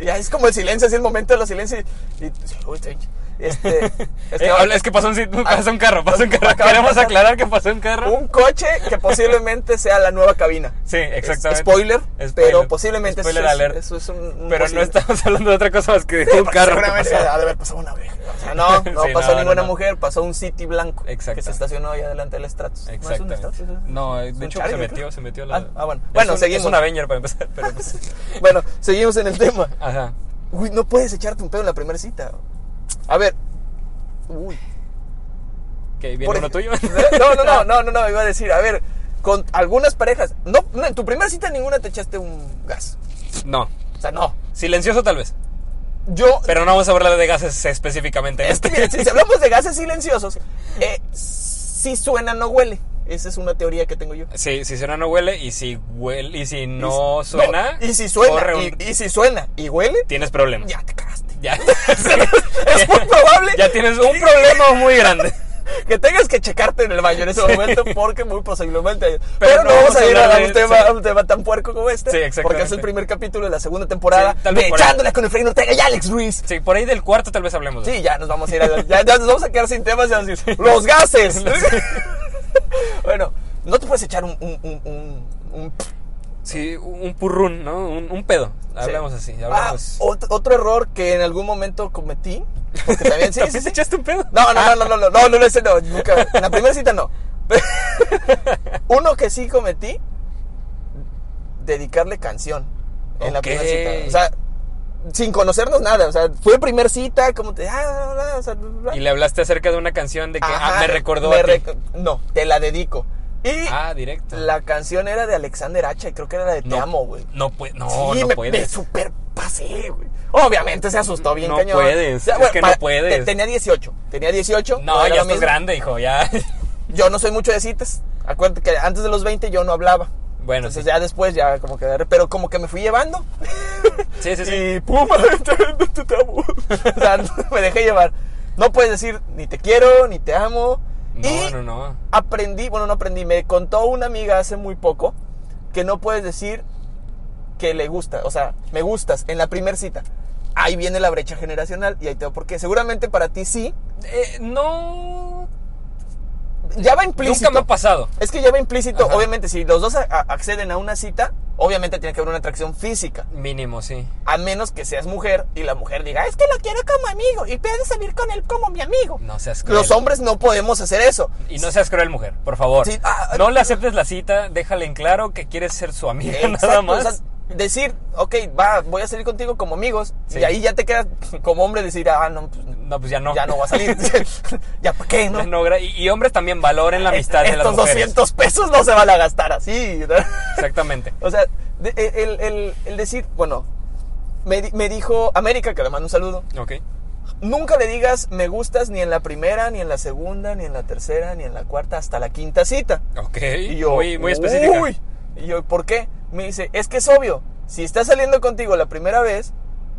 A: Ya es como el silencio, así el momento de los silencios. Y, y- uy, estoy-
B: (laughs)
A: Este, este,
B: Eh, habla- es que pasó un, sit- pasó un carro, pasó un carro.
A: acaba de
B: Queremos
A: pasar.
B: aclarar que pasó un carro.
A: un coche que posiblemente sea la nueva cabina.
B: Sí, exactamente.
A: Spoiler, pero posiblemente
B: Spoiler
A: eso, es-
B: alert.
A: eso es un, un
B: pero no
A: posible.
B: estamos (laughs) hablando de otra cosa más que de
A: (laughs)
B: un
A: porque
B: carro. que
A: seguramente-
C: Se
B: pasó.
C: ha de haber pasado una vez.
A: O sea,
B: (laughs)
A: no, no
B: Sí,
A: pasó
B: no, no,
A: ninguna
B: no.
A: mujer, pasó un City blanco que
B: Exacto.
A: se estacionó ahí adelante del Stratus. ¿No es un
B: Exactamente.
A: Stratus?
B: No, eh,
A: Es
B: de
A: un
B: hecho se
A: Challenger,
B: metió,
A: creo.
B: se metió la.
A: Ah, ah, bueno.
B: Es
A: Bueno,
B: un-
A: seguimos.
B: Es una Avenger para empezar, pero pues.
A: Bueno, seguimos en el tema.
B: Ajá.
A: Uy, no puedes echarte un pedo en la primera cita. A ver. Uy.
B: Que viene
A: por
B: uno
A: ej-
B: tuyo.
A: No, no, no, no, no, no, iba a decir, a ver, con algunas parejas, no, no, en tu primera cita ninguna te echaste un gas.
B: No.
A: O sea, (laughs) no.
B: Silencioso tal vez.
A: Yo
B: Pero no vamos a hablar de gases específicamente. en
A: Es que,
B: este.
A: mira, si si hablamos de gases silenciosos, eh, si suena no huele. Esa es una teoría que tengo yo.
B: Sí, si suena no huele y si huele y si no suena.
A: No, y si suena,
B: corre un-
A: y, y si suena y huele,
B: tienes problemas.
A: ya te cagaste. (laughs)
B: Ya.
A: Es muy probable
B: Ya tienes un problema muy grande.
A: que tengas que checarte en el baño en ese momento porque muy posiblemente. Pero, no,
B: no
A: vamos a ir a,
B: hablar
A: un,
B: de-
A: tema,
B: sí.
A: a un tema tan puerco como este.
B: Sí, exactamente.
A: Porque es el primer capítulo de la segunda temporada
B: Sí, tal vez
A: de
B: por ahí.
A: Echándola con Efraín Ortega y Alex Ruiz.
B: Sí, por ahí del cuarto tal vez hablemos. de-
A: Sí, ya nos vamos a ir a... Ya, ya nos vamos a quedar sin temas y vamos a decir, ¡Los
B: (laughs)
A: gases! (laughs) bueno, no te puedes echar un... un, un, un- un-
B: Sí, un purrún, ¿no? Un, un pedo. Hablamos
A: Sí.
B: así,
A: Ah,
B: hablamos.
A: ot- otro error que en algún momento cometí, porque también sí,
B: (laughs) ¿También
A: sí,
B: te
A: sí.
B: echaste un pedo?
A: No, no, no, no, no, no, no, no, no, ese no, nunca. En la primera cita
B: (laughs)
A: no. Uno que sí cometí, dedicarle canción en la
B: Ok.
A: primera cita. O sea, sin conocernos nada. O sea, fue primer cita, como te. Ah, ah, ah, o sea, ah.
B: Y le hablaste acerca de una canción de que ah,
A: Ajá,
B: me recordó
A: me
B: a ti.
A: rec- No, te la dedico. Y
B: Ah, directo.
A: la canción era de Alexander Hacha y creo que era la de Te amo, güey.
B: No, pue- no,
A: Sí,
B: no
A: me, me
B: puedes.
A: super pasé, güey. Obviamente se asustó bien
B: No
A: cañón.
B: puedes, es que no
A: para-
B: puedes.
A: te- tenía 18, tenía 18.
B: No,
A: era
B: ya
A: lo
B: estás
A: mismo.
B: grande, hijo, ya. (laughs)
A: Yo no soy mucho de citas. Acuérdate que antes de los 20 yo no hablaba.
B: Bueno, sí.
A: Entonces ya después ya como que de- pero como que me fui llevando
B: Sí, sí, sí.
A: y pum, (laughs) te, te amo. O sea, no, me dejé llevar. No puedes decir ni te quiero, ni te amo.
B: No,
A: y
B: no, no.
A: aprendí, bueno, no aprendí, me contó una amiga hace muy poco que no puedes decir que le gusta, o sea, me gustas en la primera cita. Ahí viene la brecha generacional y ahí te va porque seguramente para ti sí,
B: Eh, no.
A: ya va implícito.
B: Nunca me ha pasado.
A: Es que ya va implícito,
B: Ajá.
A: obviamente, si los dos a- a- acceden a una cita, obviamente tiene que haber una atracción física.
B: Mínimo, sí.
A: A menos que seas mujer y la mujer diga, es que lo quiero como amigo y puedes salir con él como mi amigo.
B: No seas cruel.
A: Los hombres no podemos hacer eso.
B: Y no seas cruel, mujer, por favor.
A: Sí, ah,
B: no le aceptes la cita, déjale en claro que quieres ser su amiga, (laughs)
A: (laughs)
B: nada
A: Exacto,
B: más.
A: o sea, decir, ok, va, voy a salir contigo como amigos.
B: Sí.
A: Y ahí ya te quedas como hombre decir, ah, no, pues,
B: no, pues ya no.
A: ya no va a salir. (laughs) ya para qué, ¿no?
B: (laughs) Ya no, gra- y, y hombres también valoren la amistad de las
A: Eh, Estos
B: mujeres.
A: 200 pesos no se van a gastar así. ¿no?
B: Exactamente.
A: o sea, de- el, el- el decir, bueno, me, di- me dijo América, que le mando un saludo.
B: Ok.
A: Nunca le digas me gustas ni en la primera, ni en la segunda, ni en la tercera, ni en la cuarta, hasta la quinta cita.
B: Ok.
A: Y yo,
B: muy, muy específica.
A: "Uy". Y yo, ¿por qué? Me dice, es que es obvio. Si está saliendo contigo la primera vez,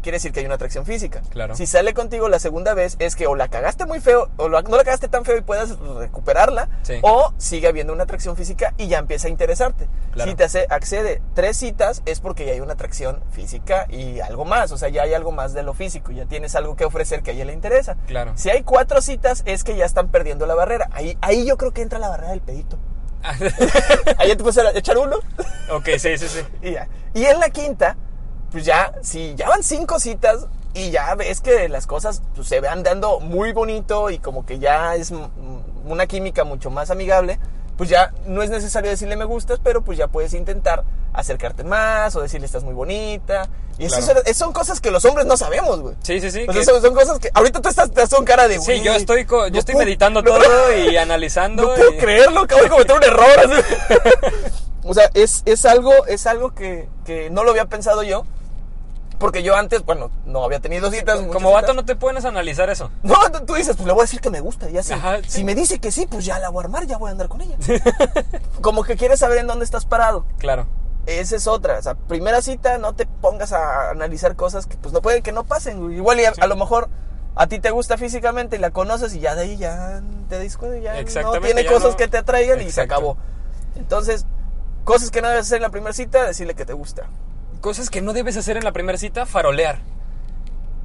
A: quiere decir que hay una atracción física.
B: Claro.
A: Si sale contigo la segunda vez, es que o la cagaste muy feo, o la- no la cagaste tan feo y puedas recuperarla,
B: Sí.
A: o sigue habiendo una atracción física y ya empieza a interesarte.
B: Claro.
A: Si te hace- accede tres citas, es porque ya hay una atracción física y algo más. O sea, ya hay algo más de lo físico, ya tienes algo que ofrecer que a ella le interesa.
B: Claro.
A: Si hay cuatro citas, es que ya están perdiendo la barrera. Ahí, ahí yo creo que entra la barrera del pedito. Ahí ya te puedes echar uno
B: (laughs) ok, sí, sí, sí.
A: y ya. Y en la quinta, pues ya, si ya van cinco citas y ya ves que las cosas pues, se van dando muy bonito y como que ya es m- m- una química mucho más amigable, pues ya no es necesario decirle me gustas, pero pues ya puedes intentar acercarte más o decirle estás muy bonita. Y eso
B: Claro.
A: es- son cosas que los hombres no sabemos, güey.
B: Sí, sí, sí.
A: O sea,
B: que-
A: son, son cosas que ahorita tú estás, estás con cara de...
B: sí,
A: "Güey,
B: yo estoy, co- yo
A: no
B: estoy
A: puedo-
B: meditando
A: no-
B: todo y analizando.
A: no puedo
B: y-
A: creerlo, acabo (laughs) de cometer un error. así. (laughs) o sea, es, es algo, es algo que, que no lo había pensado yo. Porque yo antes, bueno, no había tenido citas. muchas
B: Como vato
A: citas.
B: no te pones a analizar eso.
A: pues, No, tú- tú dices, pues le voy a decir que me gusta. Y así.
B: Ajá, sí.
A: Si me dice que sí, pues ya la voy a armar, ya voy a andar con (laughs) ella. Como que quieres saber en dónde estás parado.
B: Claro.
A: Esa es otra. O sea, primera cita, no te pongas a analizar cosas que pues no pueden que no pasen. güey. Igual y a, a lo mejor a ti te gusta físicamente y la conoces y ya de ahí ya te discutes, ya no
B: Exactamente,
A: tiene
B: ya
A: cosas
B: no.
A: que te atraigan y se
B: Exacto.
A: acabó. Entonces, cosas que no debes hacer en la primera cita, decirle que te gusta.
B: Cosas que no debes hacer en la primera cita, farolear.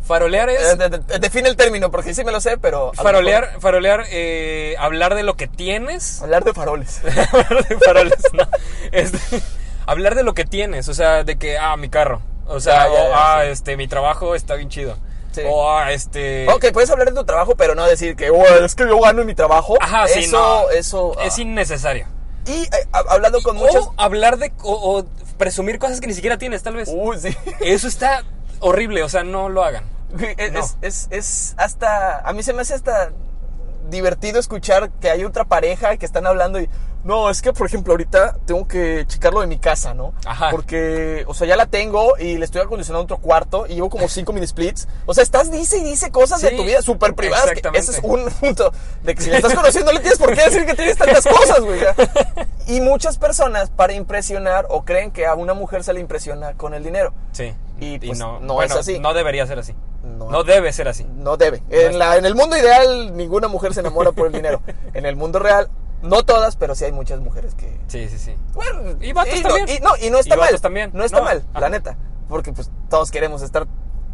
B: Farolear
A: Eh,
B: es.
A: de- de- define el término, porque sí me lo sé, pero. a lo
B: Farolear, farolear, eh, hablar de lo que tienes. (laughs)
A: mejor- Hablar de faroles. (laughs)
B: hablar de faroles, no. Este, hablar de (laughs) lo que tienes, o sea, de que, ah, mi carro. O sea,
A: Ya, ya,
B: o,
A: ya,
B: ah,
A: sí.
B: este, mi trabajo está bien chido.
A: Sí.
B: O, ah, este.
A: Ok, puedes hablar de tu trabajo, pero no decir que "Oh, es que yo gano en mi trabajo.
B: Ajá,
A: eso,
B: sí, no.
A: Eso. ah.
B: Es oh. innecesario.
A: Y eh, ha- hablando con muchas.
B: O hablar de. O, o presumir cosas que ni siquiera tienes, tal vez.
A: Uy, Uh, sí.
B: Eso está horrible, o sea, no lo hagan.
A: Es, e-,
B: No.
A: es- es- es hasta. A mí se me hace hasta divertido escuchar que hay otra pareja que están hablando y. No, es que por ejemplo, ahorita tengo que checarlo de mi casa, ¿no?
B: Ajá.
A: Porque, o sea, ya la tengo y le estoy acondicionando otro cuarto y llevo como cinco mini splits. O sea, estás dice y dice cosas de
B: Sí,
A: tu vida súper privadas. que
B: exactamente.
A: Ese es un punto de que
B: (laughs)
A: si la estás conociendo, no le tienes por qué decir que tienes tantas cosas, güey. o sea. Y muchas personas, para impresionar o creen que a una mujer se le impresiona con el dinero.
B: Sí.
A: Y, pues, no
B: bueno,
A: es así.
B: No debería ser así.
A: No.
B: No, debe ser así.
A: No debe. En, la- en el mundo ideal, ninguna mujer se enamora por el
B: (laughs)
A: dinero. En el mundo real, no todas, pero sí hay muchas mujeres que.
B: Sí, sí, sí.
A: Bueno,
B: Y vatos
A: no,
B: también.
A: y no, y no está
B: Y
A: mal.
B: vatos también.
A: No está
B: No,
A: mal, la
B: ajá.
A: neta. Porque pues todos queremos estar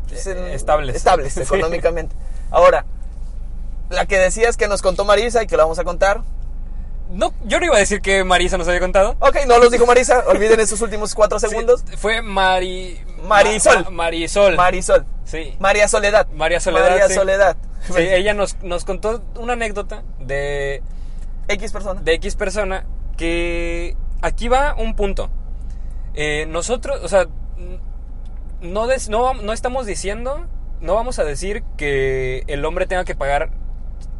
A: pues, en-
B: Eh, estables.
A: Estables
B: (laughs) Sí.
A: económicamente. Ahora, la que decías que nos contó Marisa y que la vamos a contar.
B: No, yo no iba a decir que Marisa nos había contado.
A: Ok, no los dijo Marisa. Olviden esos últimos cuatro segundos.
B: (laughs) Sí, fue Mari...
A: Marisol.
B: Ma- Marisol.
A: Marisol.
B: sí.
A: María Soledad.
B: María Soledad.
A: María
B: sí.
A: Soledad.
B: Sí, ella nos, nos contó una anécdota de,
A: X persona.
B: de X persona que aquí va un punto. Eh, nosotros, o sea, n- no, des- no, vam- no estamos diciendo, no vamos a decir que el hombre tenga que pagar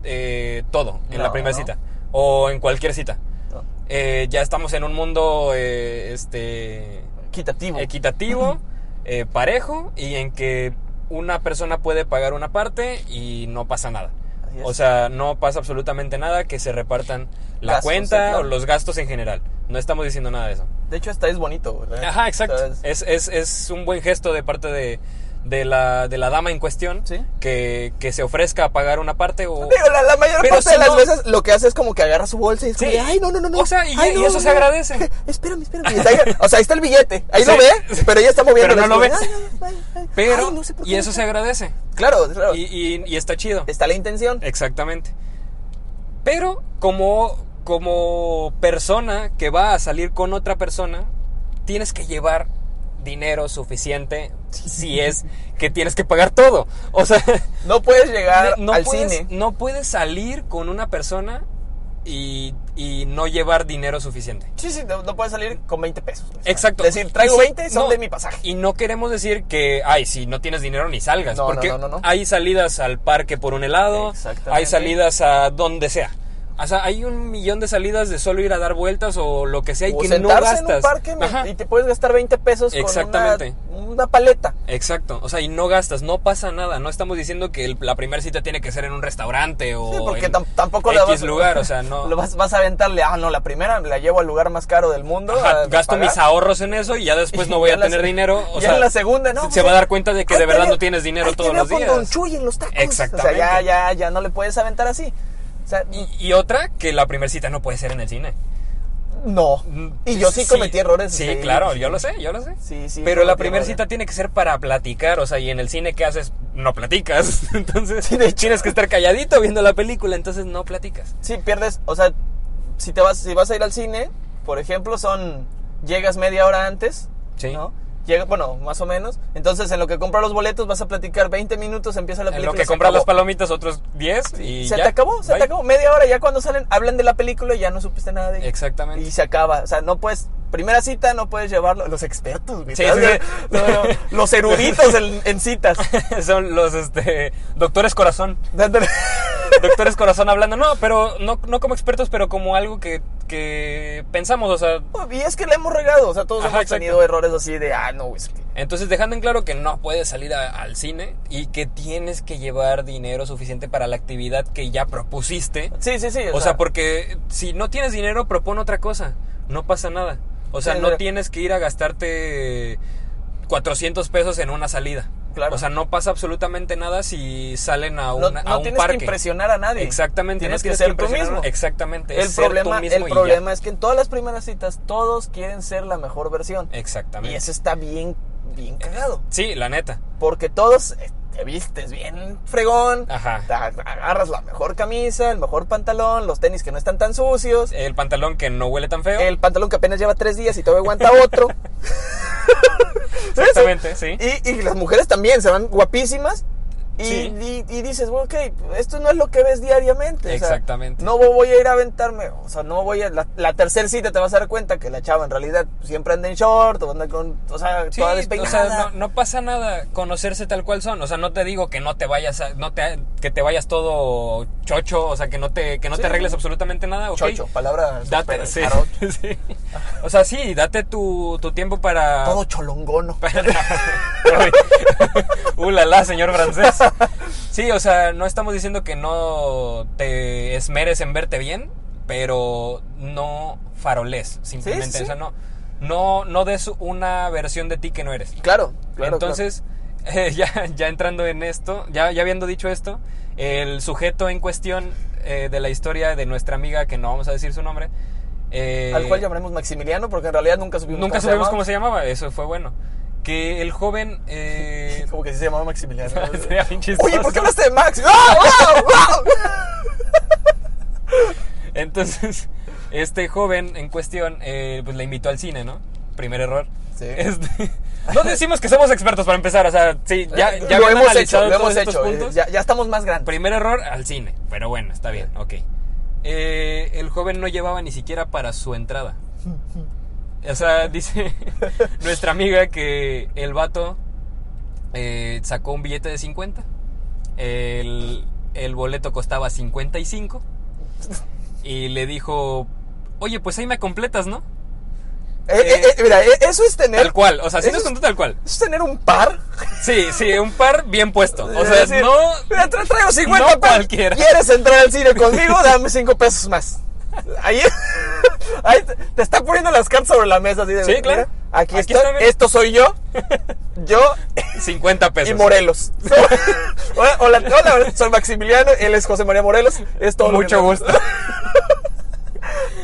B: eh, todo en
A: No,
B: la primera
A: no.
B: cita o en cualquier cita.
A: No.
B: Eh, ya estamos en un mundo eh, este,
A: Equitativo.
B: equitativo, eh, parejo y en que una persona puede pagar una parte y no pasa nada.
A: Así es.
B: O sea, no pasa absolutamente nada que se repartan la
A: Gastos,
B: cuenta
A: sí, claro.
B: o los gastos en general. No estamos diciendo nada de eso.
A: De hecho, hasta es bonito. ¿verdad?
B: Ajá, exacto.
A: Entonces,
B: Es, es- es un buen gesto de parte de, de la, de la dama en cuestión
A: Sí.
B: que, que se ofrezca a pagar una parte o...
A: Digo, la, la mayor
B: Pero
A: parte
B: si
A: de las
B: no-
A: veces lo que hace es como que agarra su bolsa y es
B: Sí.
A: como, de, ay, no, no, no, no.
B: O sea, y-
A: Ay,
B: y eso se agradece.
A: (laughs) espérame, espérame. Y está ahí- o sea, ahí está el billete. Ahí lo
B: Sí.
A: ve, pero ella está moviendo.
B: Pero no lo ve. Pero, y eso se
A: se
B: agradece.
A: Claro, claro.
B: Y, Eh, y- y está chido.
A: Está la intención.
B: Exactamente. Pero como, como persona que va a salir con otra persona, tienes que llevar dinero suficiente
A: (laughs)
B: si es que tienes que pagar todo. O sea,
A: No puedes llegar
B: no,
A: al
B: puedes,
A: cine.
B: no puedes salir con una persona y, y no llevar dinero suficiente.
A: Sí, sí, no, no puedes salir con 20 pesos. O sea,
B: Exacto.
A: Decir, traigo
B: Y si-
A: 20, son
B: no,
A: de mi pasaje.
B: Y no queremos decir que, ay, si no tienes dinero ni salgas.
A: No, no,
B: porque
A: no, no, no.
B: hay salidas al parque por un helado,
A: Exactamente.
B: hay salidas a donde sea. O sea, hay un millón de salidas de solo ir a dar vueltas o lo que sea y
A: o
B: que no
A: sentarse
B: gastas.
A: en un parque me-
B: Ajá.
A: y te puedes gastar 20 pesos
B: Exactamente.
A: con una, una paleta.
B: Exacto, o sea, y no gastas, no pasa nada, no estamos diciendo que el- la primera cita tiene que ser en un restaurante o
A: Sí, porque
B: en
A: tam- tampoco
B: X
A: la vas,
B: lugar, o sea, no
A: (laughs) Lo vas, vas a aventarle, ah, no, la primera la llevo al lugar más caro del mundo.
B: Ajá,
A: a
B: gasto
A: pagar".
B: mis ahorros en eso y
A: (laughs)
B: ya después
A: Y
B: no voy
A: ya
B: a
A: la
B: tener
A: se-
B: dinero. O
A: ya
B: sea,
A: en la segunda, no,
B: Se
A: pues,
B: va a dar cuenta de que
A: ahí
B: de
A: te
B: verdad
A: veo-
B: no tienes dinero
A: ahí te
B: todos
A: veo
B: los días.
A: con Don Chuy en los tacos.
B: Exactamente.
A: O sea, ya, ya, ya no le puedes aventar así. O sea,
B: Y, y otra, que la primer cita no puede ser en el cine.
A: no. Y yo sí, cometí errores.
B: Mm, Sí, claro, yo lo sé, yo lo sé.
A: Sí, sí,
B: Pero la
A: cometí
B: primera
A: errores.
B: cita tiene que ser para platicar, o sea, y en el cine ¿qué haces? No platicas. (laughs) Entonces,
A: Sí, de hecho.
B: tienes que estar calladito viendo la película, entonces no platicas.
A: Sí, pierdes, o sea, si te vas, si vas a ir al cine, por ejemplo, son, llegas media hora antes,
B: Sí.
A: ¿no? Llega, bueno, más o menos. Entonces, en lo que compras los boletos vas a platicar 20 minutos, empieza la
B: En
A: película.
B: lo que
A: se
B: compras las
A: acabó.
B: palomitas, otros 10 y
A: se
B: ya.
A: te acabó, se
B: Bye.
A: te acabó. Media hora, ya cuando salen, hablan de la película y ya no supiste nada de ella.
B: Exactamente.
A: Y se acaba. O sea, no puedes. Primera cita no puedes llevarlo. Los expertos, güey.
B: Sí,
A: ¿sabes?
B: sí, sí.
A: (laughs) No, no, los eruditos en, en
B: (laughs)
A: citas.
B: Son los este doctores corazón.
A: Dándole-
B: Doctores Corazón hablando, no, pero no, no como expertos, pero como algo que, que pensamos, o sea,
A: y es que le hemos regado. O sea, todos
B: Ajá,
A: hemos
B: exacto.
A: tenido errores así de, ah, no, güey. es que-
B: entonces dejando en claro que no puedes salir a- al cine y que tienes que llevar dinero suficiente para la actividad que ya propusiste.
A: Sí, sí, sí.
B: O sea, porque si no tienes dinero, propon otra cosa, no pasa nada. O sea,
A: Sí,
B: no
A: mira.
B: tienes que ir a gastarte 400 pesos en una salida.
A: Claro.
B: O sea, no pasa absolutamente nada si salen a,
A: No,
B: una-
A: no
B: a un
A: tienes
B: parque.
A: que impresionar a nadie.
B: Exactamente,
A: Tienes,
B: no
A: que ser tú
B: impresionar-
A: mismo.
B: Exactamente, es
A: El
B: ser tú
A: problema,
B: mismo
A: el
B: y ya.
A: problema es que en todas las primeras citas todos quieren ser la mejor versión.
B: Exactamente.
A: Y eso está bien, bien cagado.
B: Sí, la neta.
A: Porque todos eh, te vistes bien fregón,
B: Ajá.
A: te ag- agarras la mejor camisa, el mejor pantalón, los tenis que no están tan sucios,
B: El pantalón que no huele tan feo.
A: el pantalón que apenas lleva tres días y todavía aguanta
B: (laughs)
A: otro.
B: Exactamente, sí.
A: Y, y las mujeres también se van guapísimas. Y,
B: Sí.
A: y- y dices, "Bueno, ok, esto no es lo que ves diariamente. o sea,
B: Exactamente.
A: no vo- voy a ir a aventarme. O sea, no voy a. La, la tercera cita te vas a dar cuenta que la chava en realidad siempre anda en short o anda con. O sea,
B: Sí,
A: toda
B: o
A: despeinada.
B: sea, no, no pasa nada conocerse tal cual son. O sea, no te digo que no te vayas, a- no te, que te vayas todo chocho, o sea, que no te, que no
A: Sí.
B: te arregles absolutamente nada. ok.
A: Chocho, palabra.
B: Date,
A: súper
B: sí,
A: arroz.
B: (laughs) sí. O sea, sí, date tu, tu tiempo para...
A: Todo (laughs) cholongono.
B: (laughs) Uh, la, la, señor francés. Sí, o sea, no estamos diciendo que no te esmeres en verte bien, pero no faroles, simplemente.
A: Sí, sí.
B: O sea, no, no, no des una versión de ti que no eres.
A: Claro, claro.
B: Entonces, eh, ya, ya entrando en esto, ya, ya habiendo dicho esto, el sujeto en cuestión eh, de la historia de nuestra amiga, que no vamos a decir su nombre, eh,
A: claro. Al cual llamaremos Maximiliano porque en realidad nunca supimos cómo
B: nunca
A: se
B: supimos
A: llamaba.
B: cómo se llamaba, eso fue bueno. Que el joven...
A: (laughs)
B: eh,
A: Como que sí se llamaba
B: (laughs)
A: Maximiliano.
B: Sería bien chistoso.
A: Oye, ¿por qué hablaste de
B: (laughs)
A: Max? ¡Ah, wow, wow!
B: Entonces, este joven en cuestión, eh, pues la invitó al cine, ¿no? Primer error.
A: Sí.
B: Este, (laughs) no decimos que somos expertos para empezar, o sea, sí, ya, ya
A: Eh, lo
B: habiendo
A: hemos hecho,
B: analizado
A: lo
B: todos
A: hemos
B: estos
A: hecho. eh,
B: puntos,
A: ya, ya estamos más grandes.
B: Primer error al cine, pero bueno, está bien, ok. Eh, el joven no llevaba ni siquiera para
A: (laughs)
B: su entrada. O sea, dice (laughs) nuestra amiga que el vato eh, sacó un billete de 50. El, el boleto costaba 55. Y le dijo, oye, pues ahí me completas, ¿no?
A: Eh, eh, eh, mira, eh, eso es tener.
B: Tal cual, o sea, si
A: Eso
B: nos
A: es-
B: contó tal cual.
A: ¿Es tener un par?
B: Sí, sí, un par bien puesto.
A: (laughs)
B: O
A: Es
B: sea,
A: decir,
B: no...
A: (laughs) Mira, tra- traigo 50
B: no
A: pesos.
B: cualquiera.
A: ¿Quieres entrar al cine conmigo?
B: (laughs)
A: Dame 5 pesos más. Ahí, (laughs) ahí te, te está poniendo las cartas sobre la mesa. Así de,
B: Sí, claro.
A: mira, aquí,
B: Aquí
A: estoy.
B: está, mira.
A: esto soy
B: (laughs)
A: yo. Yo
B: 50 pesos.
A: y Morelos. (laughs) hola, hola, hola, soy Maximiliano. Él es José María Morelos. Es todo lo que
B: Mucho
A: tengo.
B: gusto.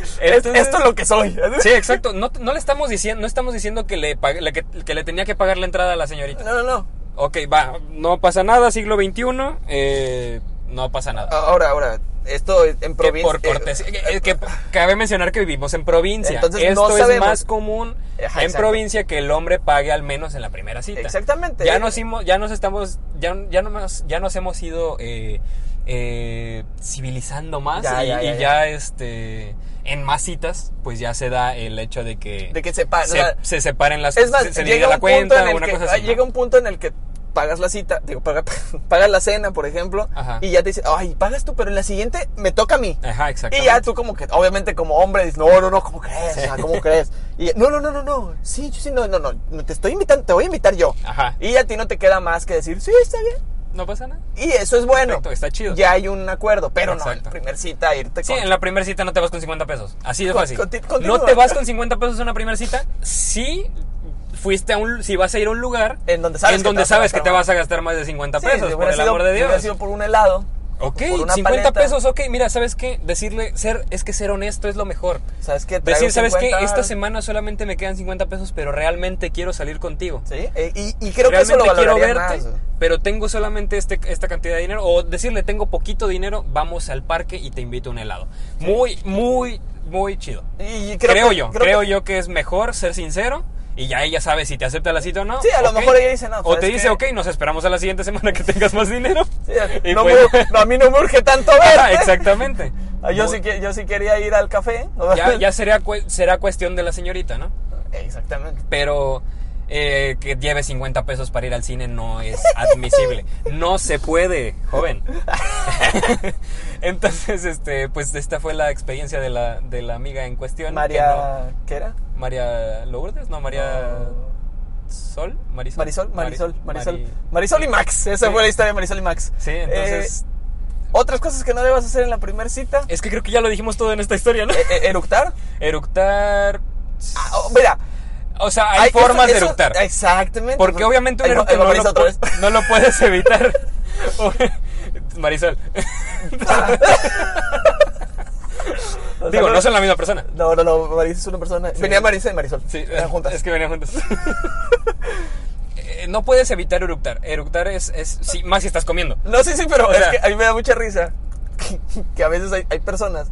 A: Es-
B: Entonces-
A: esto es lo que soy.
B: Sí, exacto. No, no le estamos diciendo, no estamos diciendo que le, pag- le- que, que le tenía que pagar la entrada a la señorita.
A: No, no, no.
B: Ok, va, no pasa nada, siglo XXI, eh, no pasa nada.
A: Ahora, ahora, esto en
B: Que
A: provincia. eh,
B: por cortesía, que- que
A: pues,
B: cabe mencionar que vivimos en provincia.
A: Entonces,
B: Esto
A: no
B: es
A: sabemos.
B: más común
A: Ajá,
B: en
A: exacto.
B: provincia que el hombre pague al menos en la primera cita.
A: Exactamente.
B: Ya nos, hemos- ya nos estamos, ya, ya, no más- ya nos hemos ido eh, eh, civilizando más
A: Ya,
B: y,
A: ya, ya,
B: y
A: ya.
B: este, en más citas, pues ya se da el hecho de que,
A: De que se pa- o
B: se,
A: sea,
B: se separen las
A: Es más,
B: se, se divida
A: llega,
B: la
A: un punto
B: cuenta
A: en el
B: una
A: que, ah,
B: cosa así. ¿no?
A: llega un punto en el que pagas la cita, digo, paga- (laughs) pagas la cena, por ejemplo,
B: Ajá.
A: y ya te dice, ay, pagas tú, pero en la siguiente me toca a mí.
B: Ajá,
A: Y
B: exactamente.
A: ya tú como que, obviamente como hombre, dices, no, no, no, ¿cómo crees? O sea, ¿Cómo crees? Y no, no, no, no, no, sí, sí, no, no, no, no, te estoy invitando, te voy a invitar yo.
B: Ajá.
A: Y a ti no te queda más que decir, sí, está bien.
B: No pasa nada.
A: Y eso es bueno.
B: Perfecto, está chido.
A: Ya hay un acuerdo, pero no, en
B: Exacto.
A: la primera cita irte
B: Sí,
A: con-
B: en la primera cita no te vas con 50 pesos. Así de
A: Con-
B: fácil.
A: conti- continúa.
B: no te vas con 50 pesos en una primera cita si fuiste a un si vas a ir a un lugar
A: En donde sabes que te
B: donde
A: vas a
B: sabes que te
A: gastar
B: vas a gastar más de 50
A: Sí,
B: pesos,
A: si
B: por
A: hubiera
B: el
A: sido-
B: amor de
A: si hubiera
B: Dios.
A: sido por un helado.
B: Ok,
A: por una paleta.
B: 50 pesos, ok, mira, ¿sabes qué? Decirle, ser, es que ser honesto es lo mejor.
A: ¿Sabes qué? Traigo
B: Decir, ¿sabes qué?
A: 50.
B: Esta semana solamente me quedan 50 pesos, pero realmente quiero salir contigo.
A: Sí, eh, y, y creo que eso
B: realmente
A: lo
B: quiero
A: valoraría
B: verte,
A: más.
B: pero tengo solamente este, esta cantidad de dinero. O decirle, tengo poquito dinero, vamos al parque y te invito a un helado. Muy, muy, muy chido.
A: Y- y
B: Creo,
A: creo que-
B: yo, creo,
A: creo que-
B: yo que es mejor ser sincero. Y ya ella sabe si te acepta la cita o no.
A: Sí, a lo
B: ok.
A: mejor ella dice, no,
B: O te
A: ¿sabes
B: dice,
A: qué?
B: ok, nos esperamos a la siguiente semana que tengas más dinero. (laughs)
A: Sí,
B: Y
A: no
B: pues-
A: me- no, a mí no me urge
B: (laughs)
A: tanto verte.
B: Ah, exactamente.
A: Ah, Yo sí, que- yo sí quería ir al café. ¿no?
B: Ya, ya sería, cue- será cuestión de la señorita, ¿no?
A: (laughs) Exactamente.
B: pero eh, que lleve 50 pesos para ir al cine no es (laughs) admisible. No se puede, joven. (laughs) Entonces, este, pues esta fue la experiencia de la, de la amiga en cuestión. que
A: María, ¿qué era?
B: no- María Lourdes, no, María Sol, Marisol.
A: Marisol, Marisol,
B: Mari-
A: Marisol.
B: Mari-
A: Marisol y Max. Esa
B: Sí.
A: fue la historia de Marisol y Max.
B: Sí, entonces. Eh,
A: Eh, Otras cosas que no debas hacer en la primera cita.
B: es que creo que ya lo dijimos todo en esta historia, ¿no?
A: eh, eh, eructar.
B: Eructar.
A: Ah, oh, mira.
B: O sea, hay,
A: ay,
B: formas
A: eso-
B: de
A: eso-
B: eructar.
A: Exactamente.
B: Porque obviamente un
A: Ahí va-
B: eructo
A: ahí va
B: no,
A: Marisol
B: lo,
A: otra
B: pu-
A: vez.
B: no lo
A: (laughs)
B: puedes evitar. (laughs) Marisol. Digo, no son la misma persona.
A: No, no, no.
B: (laughs)
A: Marisol es una persona. Venía Marisol y Marisol.
B: Sí,
A: Eran juntas.
B: Es que venían juntas. Eh, eh, no puedes evitar eructar. Eructar es, es sí, más si estás comiendo.
A: No, sí, sí, pero
B: O
A: es
B: sea-
A: que a mí me da mucha risa que, que a veces hay, hay personas